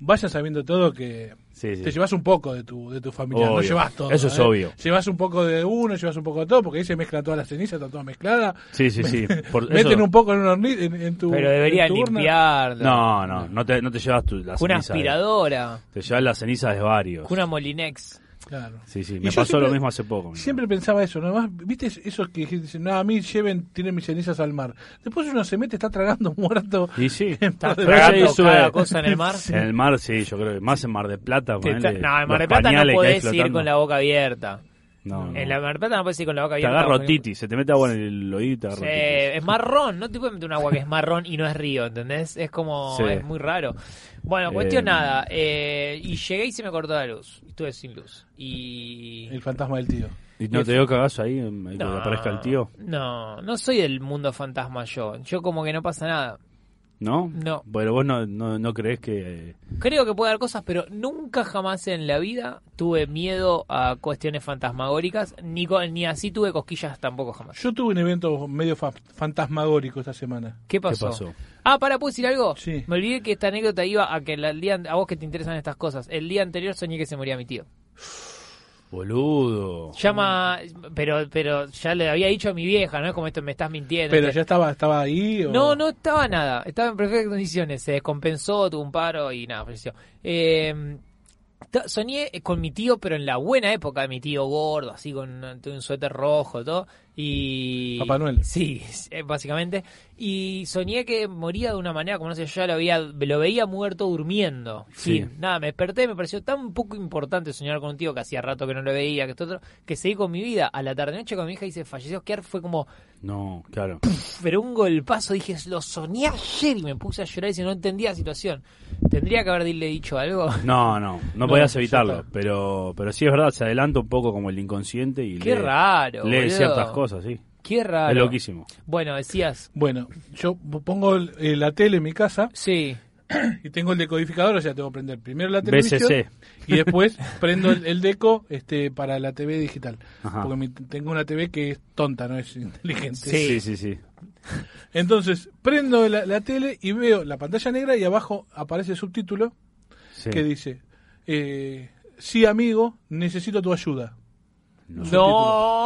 B: Vaya sabiendo todo que.
C: sí, sí.
B: Te llevas un poco de tu, de tu familia, no
C: Obvio.
B: llevas todo.
C: Eso es
B: ¿eh?
C: obvio.
B: Llevas un poco de uno, llevas un poco de todo, porque ahí se mezclan todas las cenizas, están todas mezcladas.
C: Sí, sí, sí. Por
B: Meten
C: eso-
B: un poco en, un horni- en, en tu.
A: Pero deberían
B: en tu urna.
A: limpiarlo.
C: No, no, no te, no te llevas tu, la
A: Una
C: ceniza de-
A: aspiradora,
C: te llevas las cenizas de varios.
A: una Molinex.
B: Claro.
C: Sí, sí,
B: Y
C: me
B: yo
C: pasó
B: siempre-
C: lo mismo hace poco. mira.
B: Siempre pensaba eso, nomás, viste esos que dicen, no, a mí lleven, tienen mis cenizas al mar. Después uno se mete, está tragando muerto.
C: Y sí.
B: Estás
C: Pero
A: tragando
C: sí, sube-
A: cada cosa en el mar.
C: En el mar, sí, yo creo que más en Mar de Plata.
A: Te
C: ponele,
A: está- no, en Mar
C: los
A: del Plata no
C: pañales que hay
A: podés ir
C: flotando.
A: con la boca abierta.
C: No, no.
A: En la Mar del Plata no podés ir con la boca
C: Te
A: abierta.
C: agarro
A: porque-
C: titi, se te mete agua en el oído y te agarro
A: Sí,
C: titis.
A: es marrón, no te puedes meter un agua que es marrón y no es río, ¿entendés? Es como,
C: Sí.
A: es muy raro. Bueno, cuestión
C: Eh,
A: nada, eh, y llegué y se me cortó la luz, estuve sin luz. Y...
B: El fantasma del tío.
C: ¿Y no te dio cagazo ahí eh, en- en cuando aparezca el tío?
A: No, no soy del mundo fantasma yo, yo como que no pasa nada.
C: ¿No?
A: No.
C: Pero vos no, no, no crees que...
A: Creo que puede haber cosas, pero nunca jamás en la vida tuve miedo a cuestiones fantasmagóricas, ni, co- ni así tuve cosquillas tampoco jamás.
B: Yo tuve un evento medio fa- fantasmagórico esta semana.
A: ¿Qué pasó?
C: pasó?
A: Ah, para, ¿puedo decir algo?
B: Sí.
A: Me olvidé que esta anécdota iba a que la- el día, a vos que te interesan estas cosas. El día anterior soñé que se moría mi tío.
C: Boludo.
A: Llama, pero, pero ya le había dicho a mi vieja, ¿no? Es como esto, me estás mintiendo.
B: Pero
A: Te-
B: ya estaba, estaba ahí. o-
A: No, no estaba nada. Estaba en perfectas condiciones. Se descompensó, tuvo un paro y nada, falleció. Eh, ta- soñé eh, con mi tío, pero en la buena época de mi tío gordo, así con eh, tuve un suéter rojo, todo. Y...
B: Papá Noel.
A: Sí, eh, básicamente. Y soñé que moría de una manera, como no sé, yo ya lo, había, lo veía muerto durmiendo.
C: Sí.
A: Fin. Nada, me desperté, me pareció tan poco importante soñar con un tío que hacía rato que no lo veía, que esto otro, que seguí con mi vida. A la tarde noche con mi hija dice, falleció Oscar, fue como
C: No, claro.
A: pero un golpazo dije, lo soñé ayer y me puse a llorar y si no entendía la situación. Tendría que haberle dicho algo.
C: No, no, no
B: ya
C: podías
B: está.
C: evitarlo, pero pero sí es verdad, se adelanta un poco como el inconsciente y
A: Qué
C: lee-
A: raro,
C: lee
A: boludo.
C: ciertas cosas, sí.
A: Qué raro.
C: Es loquísimo.
A: Bueno, decías,
B: Bueno, yo pongo el- eh, la tele en mi casa
A: sí,
B: y tengo el decodificador, o sea, tengo que prender primero la
C: BCC.
B: televisión y después prendo el, el deco este para la TV digital.
C: Ajá.
B: Porque mi- tengo una TV que es tonta, no es inteligente.
C: Sí, sí, sí.
B: Entonces, prendo la, la tele y veo la pantalla negra y abajo aparece el subtítulo
C: Sí.
B: que dice, eh, sí amigo, necesito tu ayuda.
C: No.
A: No.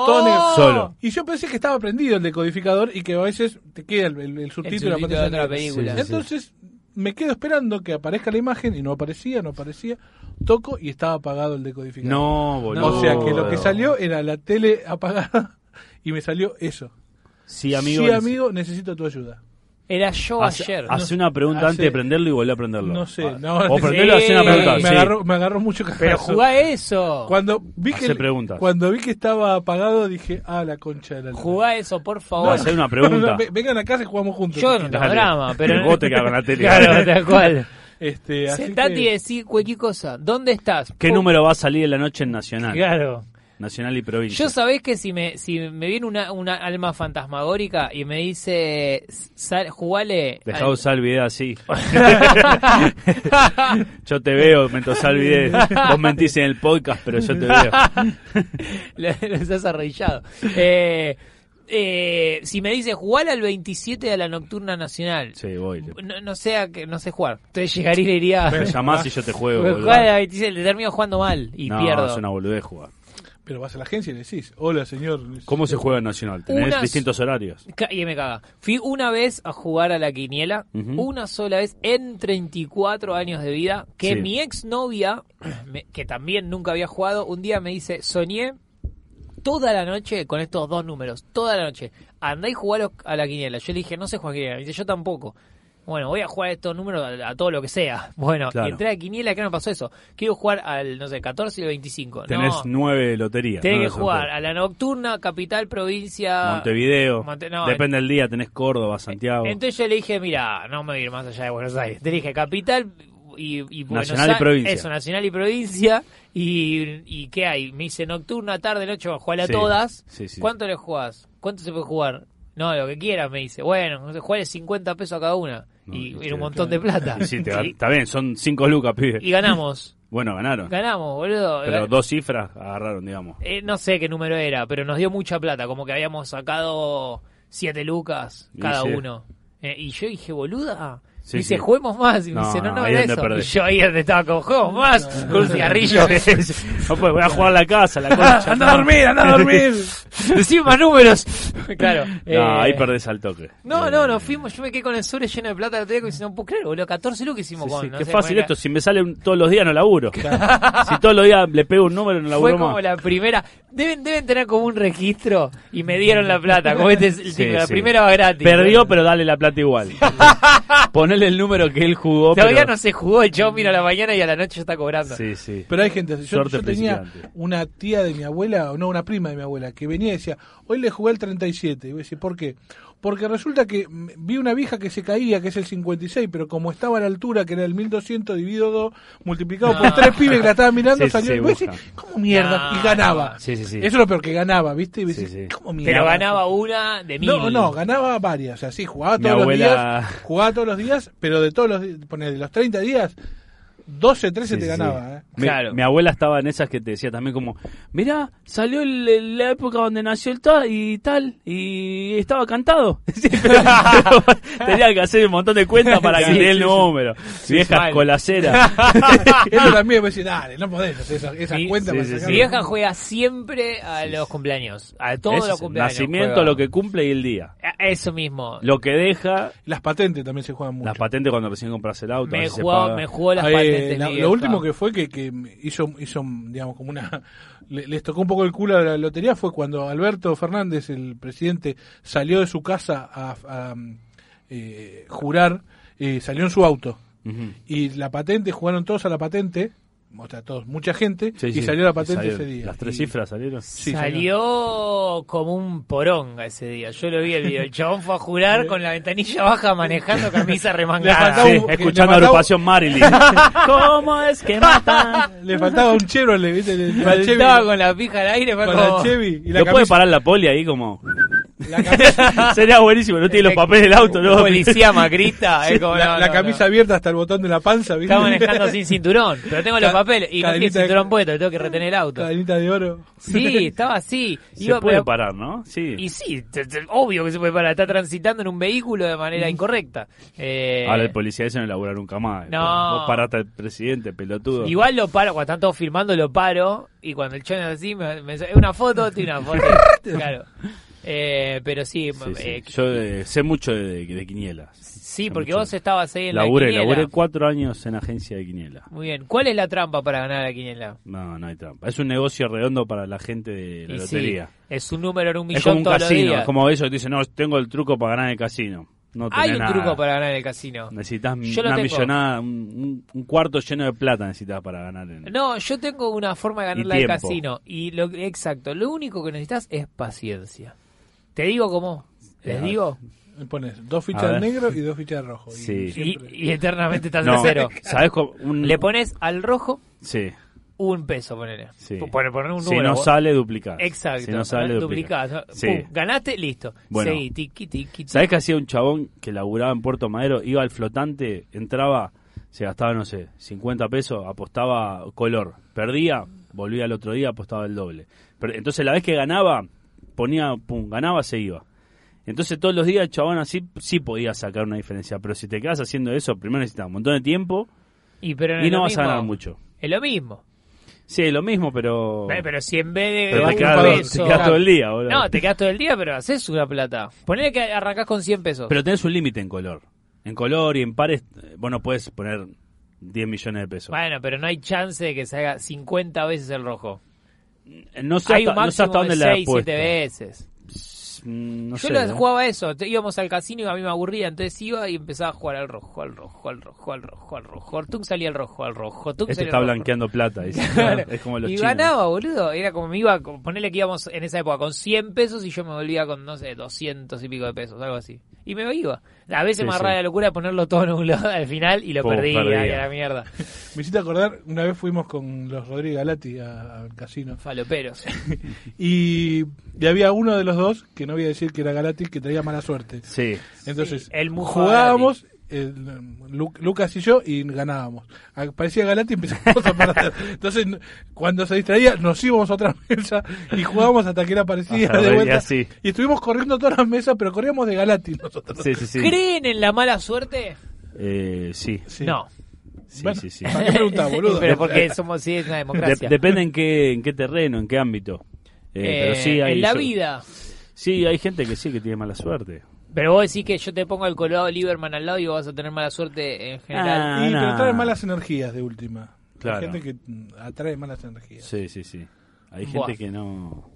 B: Todo negro.
C: Solo.
B: Y yo pensé que estaba prendido el decodificador y que a veces te queda el, el- el
A: subtítulo
B: subtítulo. en la
A: de
B: pantalla
A: otra
B: negra.
A: película.
C: Sí, sí, sí.
B: Entonces me quedo esperando que aparezca la imagen y no aparecía, no aparecía. Toco y estaba apagado el decodificador.
C: No, boludo.
B: O sea que lo que salió era la tele apagada y me salió eso.
C: Sí, amigo.
B: sí,
C: es-
B: amigo, necesito tu ayuda.
A: era yo
C: Hace,
A: ayer.
C: hace una pregunta
B: Hace-
C: antes de prenderlo y volver a prenderlo.
B: No sé,
C: Ah,
B: no,
C: o
B: sí.
C: prenderlo y hacer una
A: Me-
C: pregunta.
B: me,
C: sí.
B: agarró, me agarró mucho cagazo.
A: Pero jugá eso.
B: Cuando vi,
C: Hace
B: que,
C: preguntas.
B: cuando vi que estaba apagado dije, ah, la concha de la lora.
A: Jugá eso, por
C: No,
A: favor.
C: hacer una pregunta.
B: No, ve- vengan a casa y jugamos juntos.
A: Yo no tengo
C: Dale.
A: drama, pero...
C: Vos te cagás en la tele.
A: Claro, tal cual.
B: Este, así
A: Sentate
B: que-
A: y decí cualquier cosa. ¿Dónde estás?
C: ¿Qué
A: Pum.
C: número va a salir en la noche en Nacional?
A: Claro.
C: Nacional y provincia.
A: Yo sabés que si me, si me viene una, una alma fantasmagórica y me dice, sal, jugale...
C: Dejá
A: al-
C: de usar el video así. yo te veo, me el video. Vos mentís en el podcast, pero yo te veo.
A: Lo- Los has arrodillado. Eh, eh, si me dice jugar al 27 de la nocturna nacional,
C: Sí, voy.
A: no, no sea que no sé jugar. Entonces llegaría y le diría.
C: Me llamás y yo te juego. boludo.
A: Jugar al 27, le termino jugando mal y
C: no,
A: pierdo.
C: es una boludez jugar.
B: Pero vas a la agencia y le decís, hola señor.
C: ¿Cómo se juega en Nacional? Tenés
A: Unas-
C: distintos horarios.
A: Ca- Y me caga. Fui una vez a jugar a la quiniela,
C: Ujú.
A: una sola vez en 34 años de vida, que
C: Sí.
A: mi exnovia, me- que también nunca había jugado, un día me dice, soñé toda la noche con estos dos números, toda la noche. Andá y jugalo a la quiniela. Yo le dije, no sé jugar a quiniela. Me dice, yo tampoco. Bueno, voy a jugar estos números a, a todo lo que sea. Bueno,
C: Claro.
A: y entré a la quiniela, ¿qué me pasó eso? Quiero jugar al, no sé, 14 y el 25.
C: Tenés
A: no,
C: nueve loterías.
A: tenés
C: nueve
A: que jugar
C: sorteos.
A: a la nocturna, capital, provincia...
C: Montevideo.
A: Ah, Monte- no,
C: Depende del día. Tenés Córdoba, Santiago.
A: Entonces yo le dije, mira, no me voy a ir más allá de Buenos Aires. Te dije, capital y, y Buenos
C: Nacional y
A: Aires-
C: provincia.
A: Eso, nacional y provincia. Y, y ¿qué hay? Me dice nocturna, tarde, noche, bueno, jugale a
C: Sí,
A: todas.
C: sí, sí.
A: ¿Cuánto le jugás? ¿Cuánto se puede jugar? No, lo que quieras, me dice. Bueno, no sé, jugale 50 pesos a cada una.
C: No,
A: y
C: no
A: era un
C: sé.
A: montón de plata.
C: Y Ah, sí, te va-
A: Y-
C: está bien, son cinco lucas, pibe.
A: y ganamos.
C: Bueno, ganaron.
A: Ganamos, boludo.
C: Pero dos cifras agarraron, digamos.
A: Eh, no sé qué número era, pero nos dio mucha plata, como que habíamos sacado siete lucas
C: Y
A: cada
C: sí.
A: uno. Eh, y yo dije, boluda.
C: Sí,
A: me dice,
C: sí.
A: juguemos más. Y me
C: No,
A: dice, no, no,
C: ahí
A: era
C: donde
A: eso.
C: perdés.
A: Y yo ahí donde estaba con juegos más, con un cigarrillo.
C: no pues voy a jugar a la casa, la concha.
B: Anda a dormir, anda a dormir.
A: Decime más números. claro. eh,
C: No, ahí perdés al toque.
A: No, no, nos fuimos. Yo me quedé con el sobre lleno de plata de teco y si no puedo creer, boludo. 14 lucas hicimos
C: Sí,
A: con.
C: sí,
A: no
C: qué
A: sé,
C: fácil
A: ponele-
C: esto. Si me sale un- todos los días, no laburo. si todos los días le pego un número, no
A: Fue
C: laburo
A: como
C: más.
A: la primera. Deben, deben tener como un registro y me dieron la plata. Como este es el
C: Sí,
A: tipo, la
C: sí.
A: primera va gratis.
C: Perdió, pero dale la plata igual. Ponele el número que él jugó.
A: Todavía
C: Oh, pero-
A: no se jugó el mira a la mañana y a la noche ya está cobrando.
C: Sí, sí.
B: Pero hay gente, así. yo,
C: Suerte
B: yo tenía
C: principiante.
B: una tía de mi abuela, o no, una prima de mi abuela, que venía y decía, hoy le jugué al 37. Y voy a decir, ¿por qué? Porque resulta que mm, vi una vieja que se caía, que es el 56, pero como estaba a la altura, que era el 1200 dividido 2, multiplicado por
A: No.
B: tres pibes que la estaban mirando,
C: Sí,
B: salió
C: se
B: el juez y
C: busca.
B: ¿cómo
A: Ah.
B: mierda? Y ganaba.
C: Sí, sí, sí.
B: Eso es lo peor que ganaba, ¿viste? Y me
C: Sí,
B: decís,
C: sí.
B: ¿cómo mierda?
A: Pero ganaba una de mil.
B: No, no, ganaba varias. O sea, sí, jugaba
C: Mi
B: todos
C: abuela-
B: los días. Jugaba todos los días, pero de todos los di- pone, de los 30 días, 12, 13
C: Sí,
B: te
C: sí,
B: ganaba.
C: sí.
B: ¿eh?
C: Mi,
A: Claro.
C: mi abuela estaba en esas que te decía también como, mirá, salió el- el- la época donde nació el tal y tal, y estaba cantado. Sí, pero- pero tenía que hacer un montón de cuentas para que
A: Sí,
C: le dé el
A: sí, sí.
C: número. Viejas
A: mal.
C: colaceras.
B: Eso también me decía, dale, no podés hacer esas, esas
A: Mi-
B: cuentas.
C: Ah. sí,
B: para
C: sí,
B: sacar-
A: Mi vieja juega siempre a los cumpleaños. A todos
C: Ese
A: los
C: es el
A: cumpleaños.
C: Nacimiento,
A: juega.
C: lo que cumple y el día.
A: A- Eso mismo.
C: Lo que deja,
B: Las patentes también se juegan mucho.
C: las patentes cuando recién compras el auto. a
A: me,
C: ver si se
A: jugó,
C: paga.
A: me jugó las
B: Eh,
A: patentes.
B: la-
A: mi
B: lo
A: vieja.
B: último que fue que, que hizo, hizo, digamos, como una. le- les tocó un poco el culo a la lotería fue cuando Alberto Fernández, el presidente, salió de su casa a, a, eh, jurar, eh, salió en su auto.
C: Ujú.
B: y la patente, jugaron todos a la patente, o sea, todos, mucha gente,
C: Sí,
B: y
C: sí.
B: salió la patente
C: Salió.
B: ese día.
C: Las tres
B: Y-
C: cifras salieron.
B: sí,
A: Salió como un poronga ese día. Yo lo vi el video. El chabón fue a jurar con la ventanilla baja manejando camisa
B: Le faltaba
A: remangada.
C: Sí,
B: un-
C: escuchando
B: le mandaba-
C: agrupación Marilyn. ¿Cómo es que matan?
B: Le faltaba un Chevrolet, ¿viste? Le- la Chevy,
A: Estaba con la pija al aire. Fue
B: con
A: como-
B: la Chevy y la
C: ¿Lo puede
B: camisa,
C: parar la poli ahí como?
B: la camisa-
C: Sería buenísimo, no tiene los papeles del auto, ¿no?
A: Policía macrista. es como,
B: la-
A: no,
B: la
A: no,
B: camisa
A: no.
B: abierta hasta el botón de la panza, ¿viste?
A: Está manejando sin cinturón. Pero tengo los
B: Ca-
A: papeles. Y no tiene
B: cadenita de-
A: cinturón puesto. le Tengo que retener el auto.
B: Cadenita de oro.
A: Sí, estaba así.
C: Se
A: Iba,
C: puede
A: pero-
C: parar, ¿no? Sí.
A: Y sí, te- te- obvio que se puede parar. Está transitando en un vehículo de manera incorrecta. Eh,
C: Ahora el policía ese no labura nunca más.
A: No.
C: Vos paraste al presidente, pelotudo.
A: Igual lo paro, cuando están todos filmando lo paro y cuando el chon es así, me, me- es una foto, tiene una foto. claro. Eh, pero sí,
C: Sí, sí.
A: eh, sí,
C: Yo eh, sé mucho de, de quinielas.
A: porque
C: mucho.
A: vos estabas ahí en
C: Laburé,
A: la quiniela.
C: laburé cuatro años en agencia de quiniela.
A: Muy bien. ¿Cuál es la trampa para ganar la quiniela?
C: No, no hay trampa. Es un negocio redondo para la gente de la
A: Y sí,
C: lotería.
A: es un número en un millón
C: es como un
A: todos los
C: casino,
A: días.
C: es como ellos dicen, no, tengo el truco para ganar en el casino. No
A: Hay
C: tenés
A: un
C: nada.
A: truco para ganar en el casino.
C: Necesitas
A: Yo lo
C: una
A: tengo.
C: millonada, un, un- un cuarto lleno de plata necesitas para ganar en
A: No, yo tengo una forma de
C: Y
A: ganarla al
C: tiempo.
A: casino. Y lo exacto, lo único que necesitas es paciencia. Te digo cómo, les
C: Ya.
A: digo,
B: Pones dos
C: A
B: fichas
C: ver.
B: de negro y dos fichas de rojo. y
C: Sí.
A: y,
B: siempre-
A: y eternamente estás en
C: No,
A: cero.
C: ¿Sabes cómo? Un-
A: Le pones al rojo
C: Sí,
A: un peso, ponele.
C: sí.
A: P- pone- poner un
C: si
A: número.
C: no
A: vos-
C: sale, duplicás.
A: Exacto.
C: Si no sale, duplicás.
A: duplicás. ¿no?
C: Sí.
A: Pum, ganaste, listo.
C: Bueno.
A: Seguí, tiqui, tiqui,
C: ¿Sabés que hacía un chabón que laburaba en Puerto Madero? Iba al flotante, entraba, se gastaba, no sé, 50 pesos, apostaba color. Perdía, volvía al otro día, apostaba el doble. Pero, entonces la vez que ganaba, ponía, pum, ganaba, se iba. Entonces todos los días el chabón así sí podía sacar una diferencia. Pero si te quedas haciendo eso, primero necesitas un montón de tiempo
A: Y, pero
C: y
A: es
C: no
A: lo
C: vas a
A: mismo.
C: ganar mucho.
A: Es lo mismo.
C: Sí, lo mismo, pero...
A: Eh, Pero si en vez de
C: Pero te
A: un
C: quedas,
A: peso-
C: te quedas todo el día, boludo.
A: No, te quedas todo el día, pero haces una plata. Ponele que arrancás con 100 pesos.
C: Pero tenés un límite en color. En color y en pares, eh, vos no puedes poner 10 millones de pesos.
A: Bueno, pero no hay chance de que salga 50 veces el rojo.
C: Eh, No sé
A: hay un
C: hasta, no sé
A: máximo
C: hasta dónde
A: de
C: la
A: 6,
C: apuesta.
A: 7 veces.
C: Mm, no
A: Yo
C: sé,
A: lo-
C: ¿eh?
A: jugaba eso, te- íbamos al casino y a mí me aburría, entonces iba y empezaba a jugar al rojo, al rojo, al rojo, al rojo, al rojo. Tung salía el rojo, al rojo, tung
C: Este
A: salía
C: está
A: el rojo.
C: blanqueando plata. dice.
A: Claro.
C: Es como los
A: y
C: chinos.
A: ganaba, boludo. Era como me iba, a ponerle que íbamos en esa época con 100 pesos y yo me volvía con, no sé, 200 y pico de pesos, algo así. Y me iba. A veces
C: Sí,
A: me
C: sí.
A: agarraba la locura de ponerlo todo nublado al final y lo
C: Pum,
A: perdía,
C: perdía.
A: y a la mierda.
B: Me hiciste acordar, una vez fuimos con los Rodríguez Galati a- al casino.
A: Faloperos.
B: Y, y había uno de los dos, que no voy a decir que era Galati, que traía mala suerte.
C: Sí.
B: Entonces,
A: Sí, el Mufa
B: jugábamos, el, Lu- Lucas y yo, y ganábamos. Aparecía Galati y empezábamos a perder. Entonces, n- cuando se distraía, nos íbamos a otra mesa y jugábamos hasta que él aparecía
C: Hasta
B: de
C: ver- y
B: vuelta.
C: así.
B: Y estuvimos corriendo todas las mesas, pero corríamos de Galati nosotros.
C: Sí, sí, sí.
A: ¿Creen en la mala suerte?
C: Eh, sí.
B: Sí.
A: No.
C: Sí,
B: Bueno,
C: sí, sí.
B: ¿Para qué preguntás, boludo?
A: Pero porque somos, sí, es una democracia.
C: De- depende en qué, en qué terreno, en qué ámbito. Eh, pero
A: Eh,
C: sí, hay,
A: en la
C: so-
A: vida.
C: Sí, hay gente que sí que tiene mala suerte.
A: Pero vos decís que yo te pongo el colorado Lieberman al lado y vos vas a tener mala suerte en general.
C: Ah.
B: Y
C: no.
B: te trae malas energías de última.
C: Claro.
B: Hay gente que mm, atrae malas energías.
C: Sí, sí, sí. Hay
A: Buah.
C: gente que no.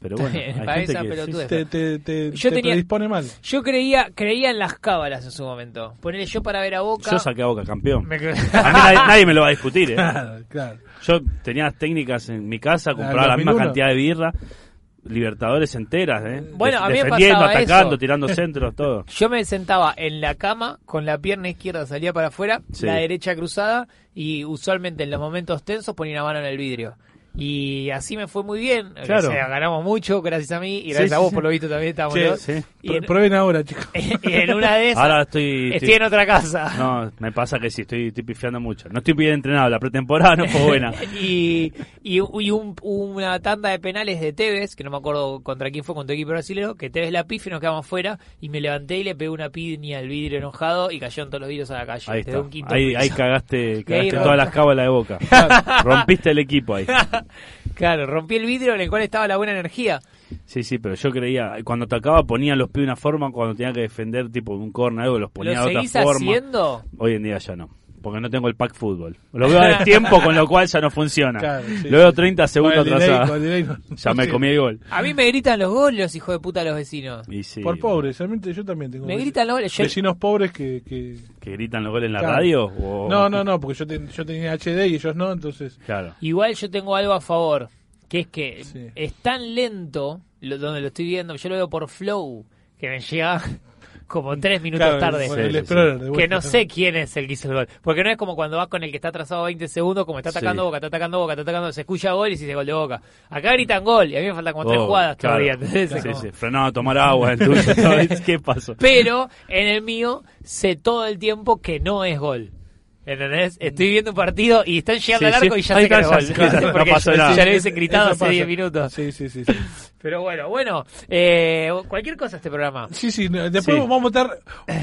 C: Pero bueno, hay
A: Para
C: gente
A: esa
C: que-
A: pelotudez.
C: sí,
B: Te,
C: sí.
B: te, te,
A: Yo
B: te
A: tenía-
B: predispone mal.
A: Yo creía, creía en las cábalas en su momento. Ponele yo para ver a Boca.
C: Yo saqué a Boca campeón.
A: me-
C: A mí nadie, nadie me lo va a discutir. ¿eh?
B: Claro, claro.
C: Yo tenía las técnicas en mi casa,
B: La
C: compraba la,
B: del
C: misma
B: 2001.
C: cantidad de birra. libertadores enteras, ¿eh?
A: Bueno,
C: Def-
A: a mí me
C: defendiendo,
A: pasaba
C: atacando,
A: eso.
C: tirando centros, todo.
A: Yo me sentaba en la cama con la pierna izquierda salía para afuera,
C: Sí.
A: la derecha cruzada y usualmente en los momentos tensos ponía una mano en el vidrio. Y así me fue muy bien.
C: Claro.
A: O sea, ganamos mucho gracias a mí y gracias
C: Sí,
A: a
C: sí,
A: vos
C: sí.
A: por lo visto también estamos
B: Sí,
A: los dos.
C: sí.
A: Y, en,
B: Prueben ahora, chicos.
A: y en una de esas
C: Ahora estoy...
A: estoy en otra casa.
C: No, me pasa que sí, estoy, estoy pifiando mucho. No estoy bien entrenado, la pretemporada no fue buena.
A: y y, y un- una tanda de penales de Tevez, que no me acuerdo contra quién fue, contra el equipo brasileño, que Tevez la pif y nos quedamos fuera. Y me levanté y le pegué una piña al vidrio enojado y cayeron todos los vidrios a la calle.
C: Ahí
A: Te
C: está.
A: doy un quinto
C: Ahí,
A: piso.
C: ahí cagaste,
A: Y ahí
C: cagaste
A: rompe.
C: todas las cábalas de boca. Rompiste el equipo ahí.
A: Claro, rompí el vidrio en el cual estaba la buena energía.
C: Sí, sí, pero yo creía, cuando atacaba ponía los pies de una forma, cuando tenía que defender tipo un corner algo, los ponía
A: ¿Lo
C: de otra
A: seguís
C: forma.
A: haciendo?
C: Hoy en día ya no, porque no tengo el pack fútbol. Lo veo de tiempo, con lo cual ya no funciona.
B: Claro, sí,
C: lo veo
B: sí.
C: 30 segundos
B: Con el delay,
C: atrasado.
B: con el delay no-
C: Ya
B: no
C: me
B: sé.
C: comí el gol.
A: A mí me gritan los goles, los hijos de puta, los vecinos.
C: Y sí,
B: Por pobres, realmente yo también tengo
A: Me
B: vecinos-
A: gritan los goles. Yo-
B: vecinos pobres que... que-
C: ¿Que gritan los goles en la
B: Claro.
C: radio? o-
B: No, no, no, porque yo, ten- yo tenía HD y ellos no, entonces...
C: Claro.
A: Igual yo tengo algo a favor, que es que
B: Sí.
A: es tan lento, lo- donde lo estoy viendo, yo lo veo por flow, que me llega como tres minutos
B: Claro,
A: tarde.
B: bueno,
C: Sí,
B: el
C: sí,
B: Explorer de
A: Que
B: vuelta,
A: no sé quién es el que hizo el gol. Porque no es como cuando vas con el que está atrasado 20 segundos, como está atacando
C: Sí.
A: boca, está atacando boca, está atacando, se escucha gol y se dice gol de boca. Acá gritan gol y a mí me faltan como tres
C: Oh,
A: jugadas
C: claro.
A: todavía. ¿entendés? Es
C: Sí,
A: como-
C: sí, frenaba a tomar agua, entonces, ¿sabes ¿qué pasó?
A: Pero en el mío sé todo el tiempo que no es gol. ¿Entendés? Estoy viendo un partido y están llegando
C: Sí,
A: al arco
C: sí.
A: y ya
C: Ahí
A: sé que no es
C: está,
A: gol.
C: ya- ya- no
A: Porque
C: pasó
A: yo-
C: nada.
A: Ya lo hubiesen gritado
B: Eso
A: hace 10
B: pasa.
A: minutos.
B: Sí, sí, sí. sí.
A: Pero bueno, bueno. eh, cualquier cosa este programa.
B: Sí, sí, no, después
C: Sí.
B: vamos a votar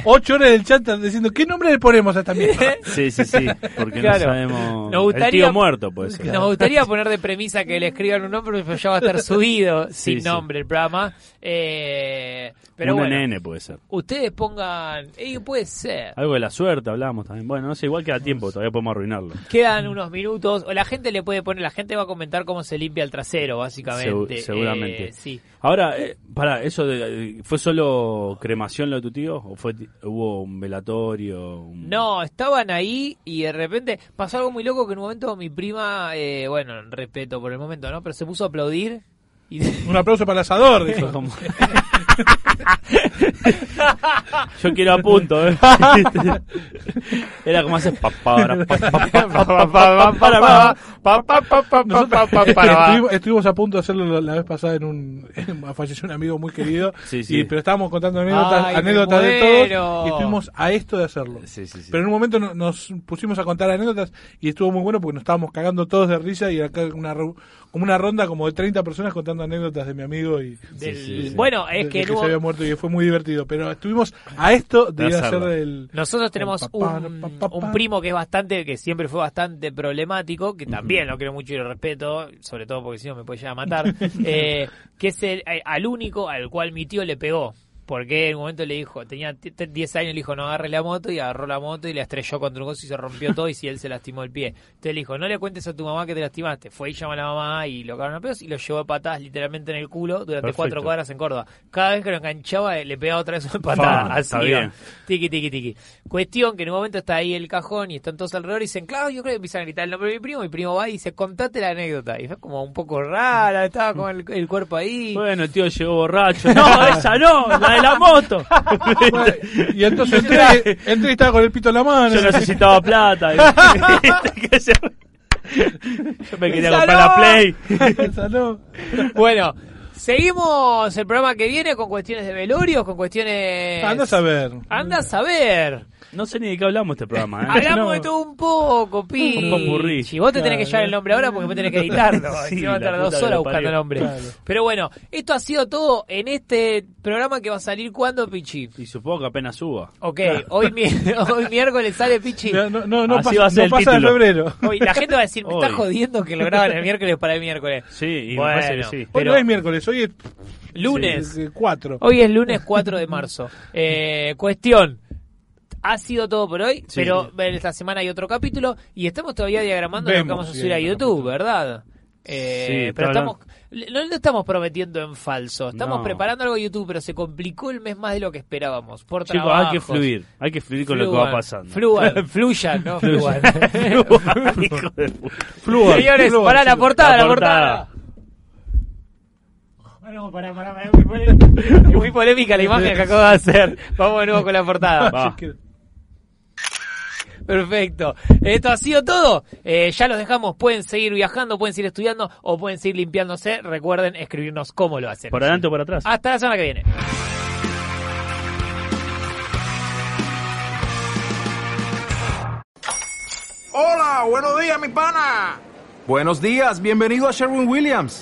B: ocho horas del chat diciendo qué nombre le ponemos a esta mierda.
C: Sí, sí, sí, porque
A: Claro.
C: no sabemos...
A: Nos gustaría-
C: El tío muerto, puede ser.
A: Nos gustaría poner de premisa que le escriban un nombre, pero ya va a estar subido sin
C: sí.
A: nombre el programa. Eh, pero
C: Un
A: bueno,
C: NN puede ser.
A: ustedes pongan. Ey, puede ser.
C: Algo de la suerte hablamos también. Bueno, no sé, igual queda tiempo, todavía podemos arruinarlo.
A: Quedan unos minutos. O la gente le puede poner, la gente va a comentar cómo se limpia el trasero, básicamente.
C: Segu- seguramente.
A: Eh, sí.
C: Ahora, eh, para eso de, eh, fue solo cremación lo de tu tío o fue ti- hubo un velatorio. un-
A: No, estaban ahí y de repente pasó algo muy loco que en un momento mi prima, eh, bueno, respeto por el momento, ¿no? Pero se puso a aplaudir y
B: Un aplauso para el asador, dijo.
C: Como- Yo quiero a punto. ¿eh? Era como haces papá, ahora, pa, pa, pa, pa, pa, pa, para, pa.
B: estuvimos, estuvimos a punto de hacerlo la, la vez pasada en un en- falleció un amigo muy querido
C: Sí, sí.
B: y- pero estábamos contando anécdotas,
A: Ay, me
B: anécdotas de
A: muero.
B: todos y estuvimos a esto de hacerlo
C: Sí, sí, sí.
B: pero en un momento no- nos pusimos a contar anécdotas y estuvo muy bueno porque nos estábamos cagando todos de risa y acá una ro- como una ronda como de 30 personas contando anécdotas de mi amigo y
A: del-
C: sí, sí.
A: bueno, es
B: de-
A: que,
B: de
A: no
B: se había
A: hubo-
B: muerto y fue muy divertido pero estuvimos a esto de
C: De
B: ir a hacer
C: hacerlo.
B: el
A: nosotros tenemos
B: el papá,
A: un,
B: no, papá,
A: un
B: papá.
A: primo que es bastante, que siempre fue bastante problemático, que también lo creo mucho y lo respeto, sobre todo porque si no me puede llegar a matar, eh, que es el, eh, al único al cual mi tío le pegó. Porque en un momento le dijo, tenía t- t- 10 años, le dijo, no agarres la moto, y agarró la moto y la estrelló contra un coso y se rompió todo y si él se lastimó el pie. Entonces le dijo, no le cuentes a tu mamá que te lastimaste. Fue y llamó a la mamá y lo cagaron a pedos y lo llevó a patadas literalmente en el culo durante
C: Perfecto.
A: cuatro cuadras en Córdoba. Cada vez que lo enganchaba eh, le pegaba otra vez una patada.
C: Fa,
A: así
C: está
A: iba.
C: bien.
A: Tiki, tiki, tiki. Cuestión que en un momento está ahí el cajón y están todos alrededor y dicen, claro, yo creo que empiezan a gritar el nombre de mi primo. Mi primo va y dice, contate la anécdota. Y fue como un poco rara, estaba con el, el cuerpo ahí.
C: Bueno, el tío llegó borracho. No, esa no, la de la moto.
B: Bueno, y entonces entré, entré y estaba con el pito en la mano.
C: Yo necesitaba plata. ¿viste? Yo me quería comprar la Play.
B: Saló.
A: Bueno, seguimos el programa que viene con cuestiones de velorios, con cuestiones...
B: Anda a saber.
C: Ah,
A: Anda a saber.
C: No sé ni de qué hablamos este programa. ¿eh?
A: Hablamos
B: No.
A: de todo un poco,
C: Un popurrí.
A: Pi. Si vos te tenés que llevar el nombre ahora porque vos tenés que editarlo.
C: Sí,
A: Encima va a estar
C: la
A: dos
C: puta que
A: horas
C: lo
A: buscando
C: parió.
A: nombre.
B: Claro.
A: Pero bueno, esto ha sido todo en este programa que va a salir cuando, Pichi.
C: Y supongo que apenas suba.
A: Ok, hoy, mi- hoy miércoles sale Pichi.
B: No, no, no, no
C: Así
B: pasa,
C: va a ser
B: no
C: el
B: pasa de
C: título.
B: febrero.
A: Hoy la gente va a decir, me está
C: Hoy.
A: jodiendo que lo graban el miércoles para el miércoles.
C: Sí, y
A: Bueno.
C: me parece que sí.
B: Hoy
A: Pero-
B: no es miércoles, hoy es
A: Lunes.
B: eh, cuatro.
A: Hoy es lunes 4 de marzo. Eh, cuestión. Ha sido todo por hoy,
C: Sí.
A: pero esta semana hay otro capítulo y estamos todavía diagramando lo que
B: Vemos
A: vamos a
B: si
A: subir a
B: hay otro
A: YouTube,
B: capítulo.
A: ¿verdad? Eh,
C: Sí, está
A: pero estamos,
C: hablando-
A: no lo estamos prometiendo en falso, estamos
C: No.
A: preparando algo de YouTube, pero se complicó el mes más de lo que esperábamos. Por
C: Chicos, hay que
A: trabajos.
C: fluir. Hay que fluir con lo que
A: Fluan,
C: va pasando.
A: Fluan, fluyan, no fluan.
C: Fluan, hijo de puta.
B: Flúor,
A: Señores,
B: flúor,
A: pará la
B: chicos.
A: portada, la
C: La portada.
A: portada.
D: Ah, no, pará, pará, pará, muy polémica.
A: Es muy polémica la imagen que acabo de hacer. Vamos de nuevo con la portada.
C: Va.
A: Perfecto. Esto ha sido todo. Eh, ya los dejamos. Pueden seguir viajando, pueden seguir estudiando o pueden seguir limpiándose. Recuerden escribirnos cómo lo hacen.
C: ¿Por adelante o por atrás?
A: Hasta la semana que viene.
E: Hola, buenos días, mi pana.
F: Buenos días, bienvenido a Sherwin Williams.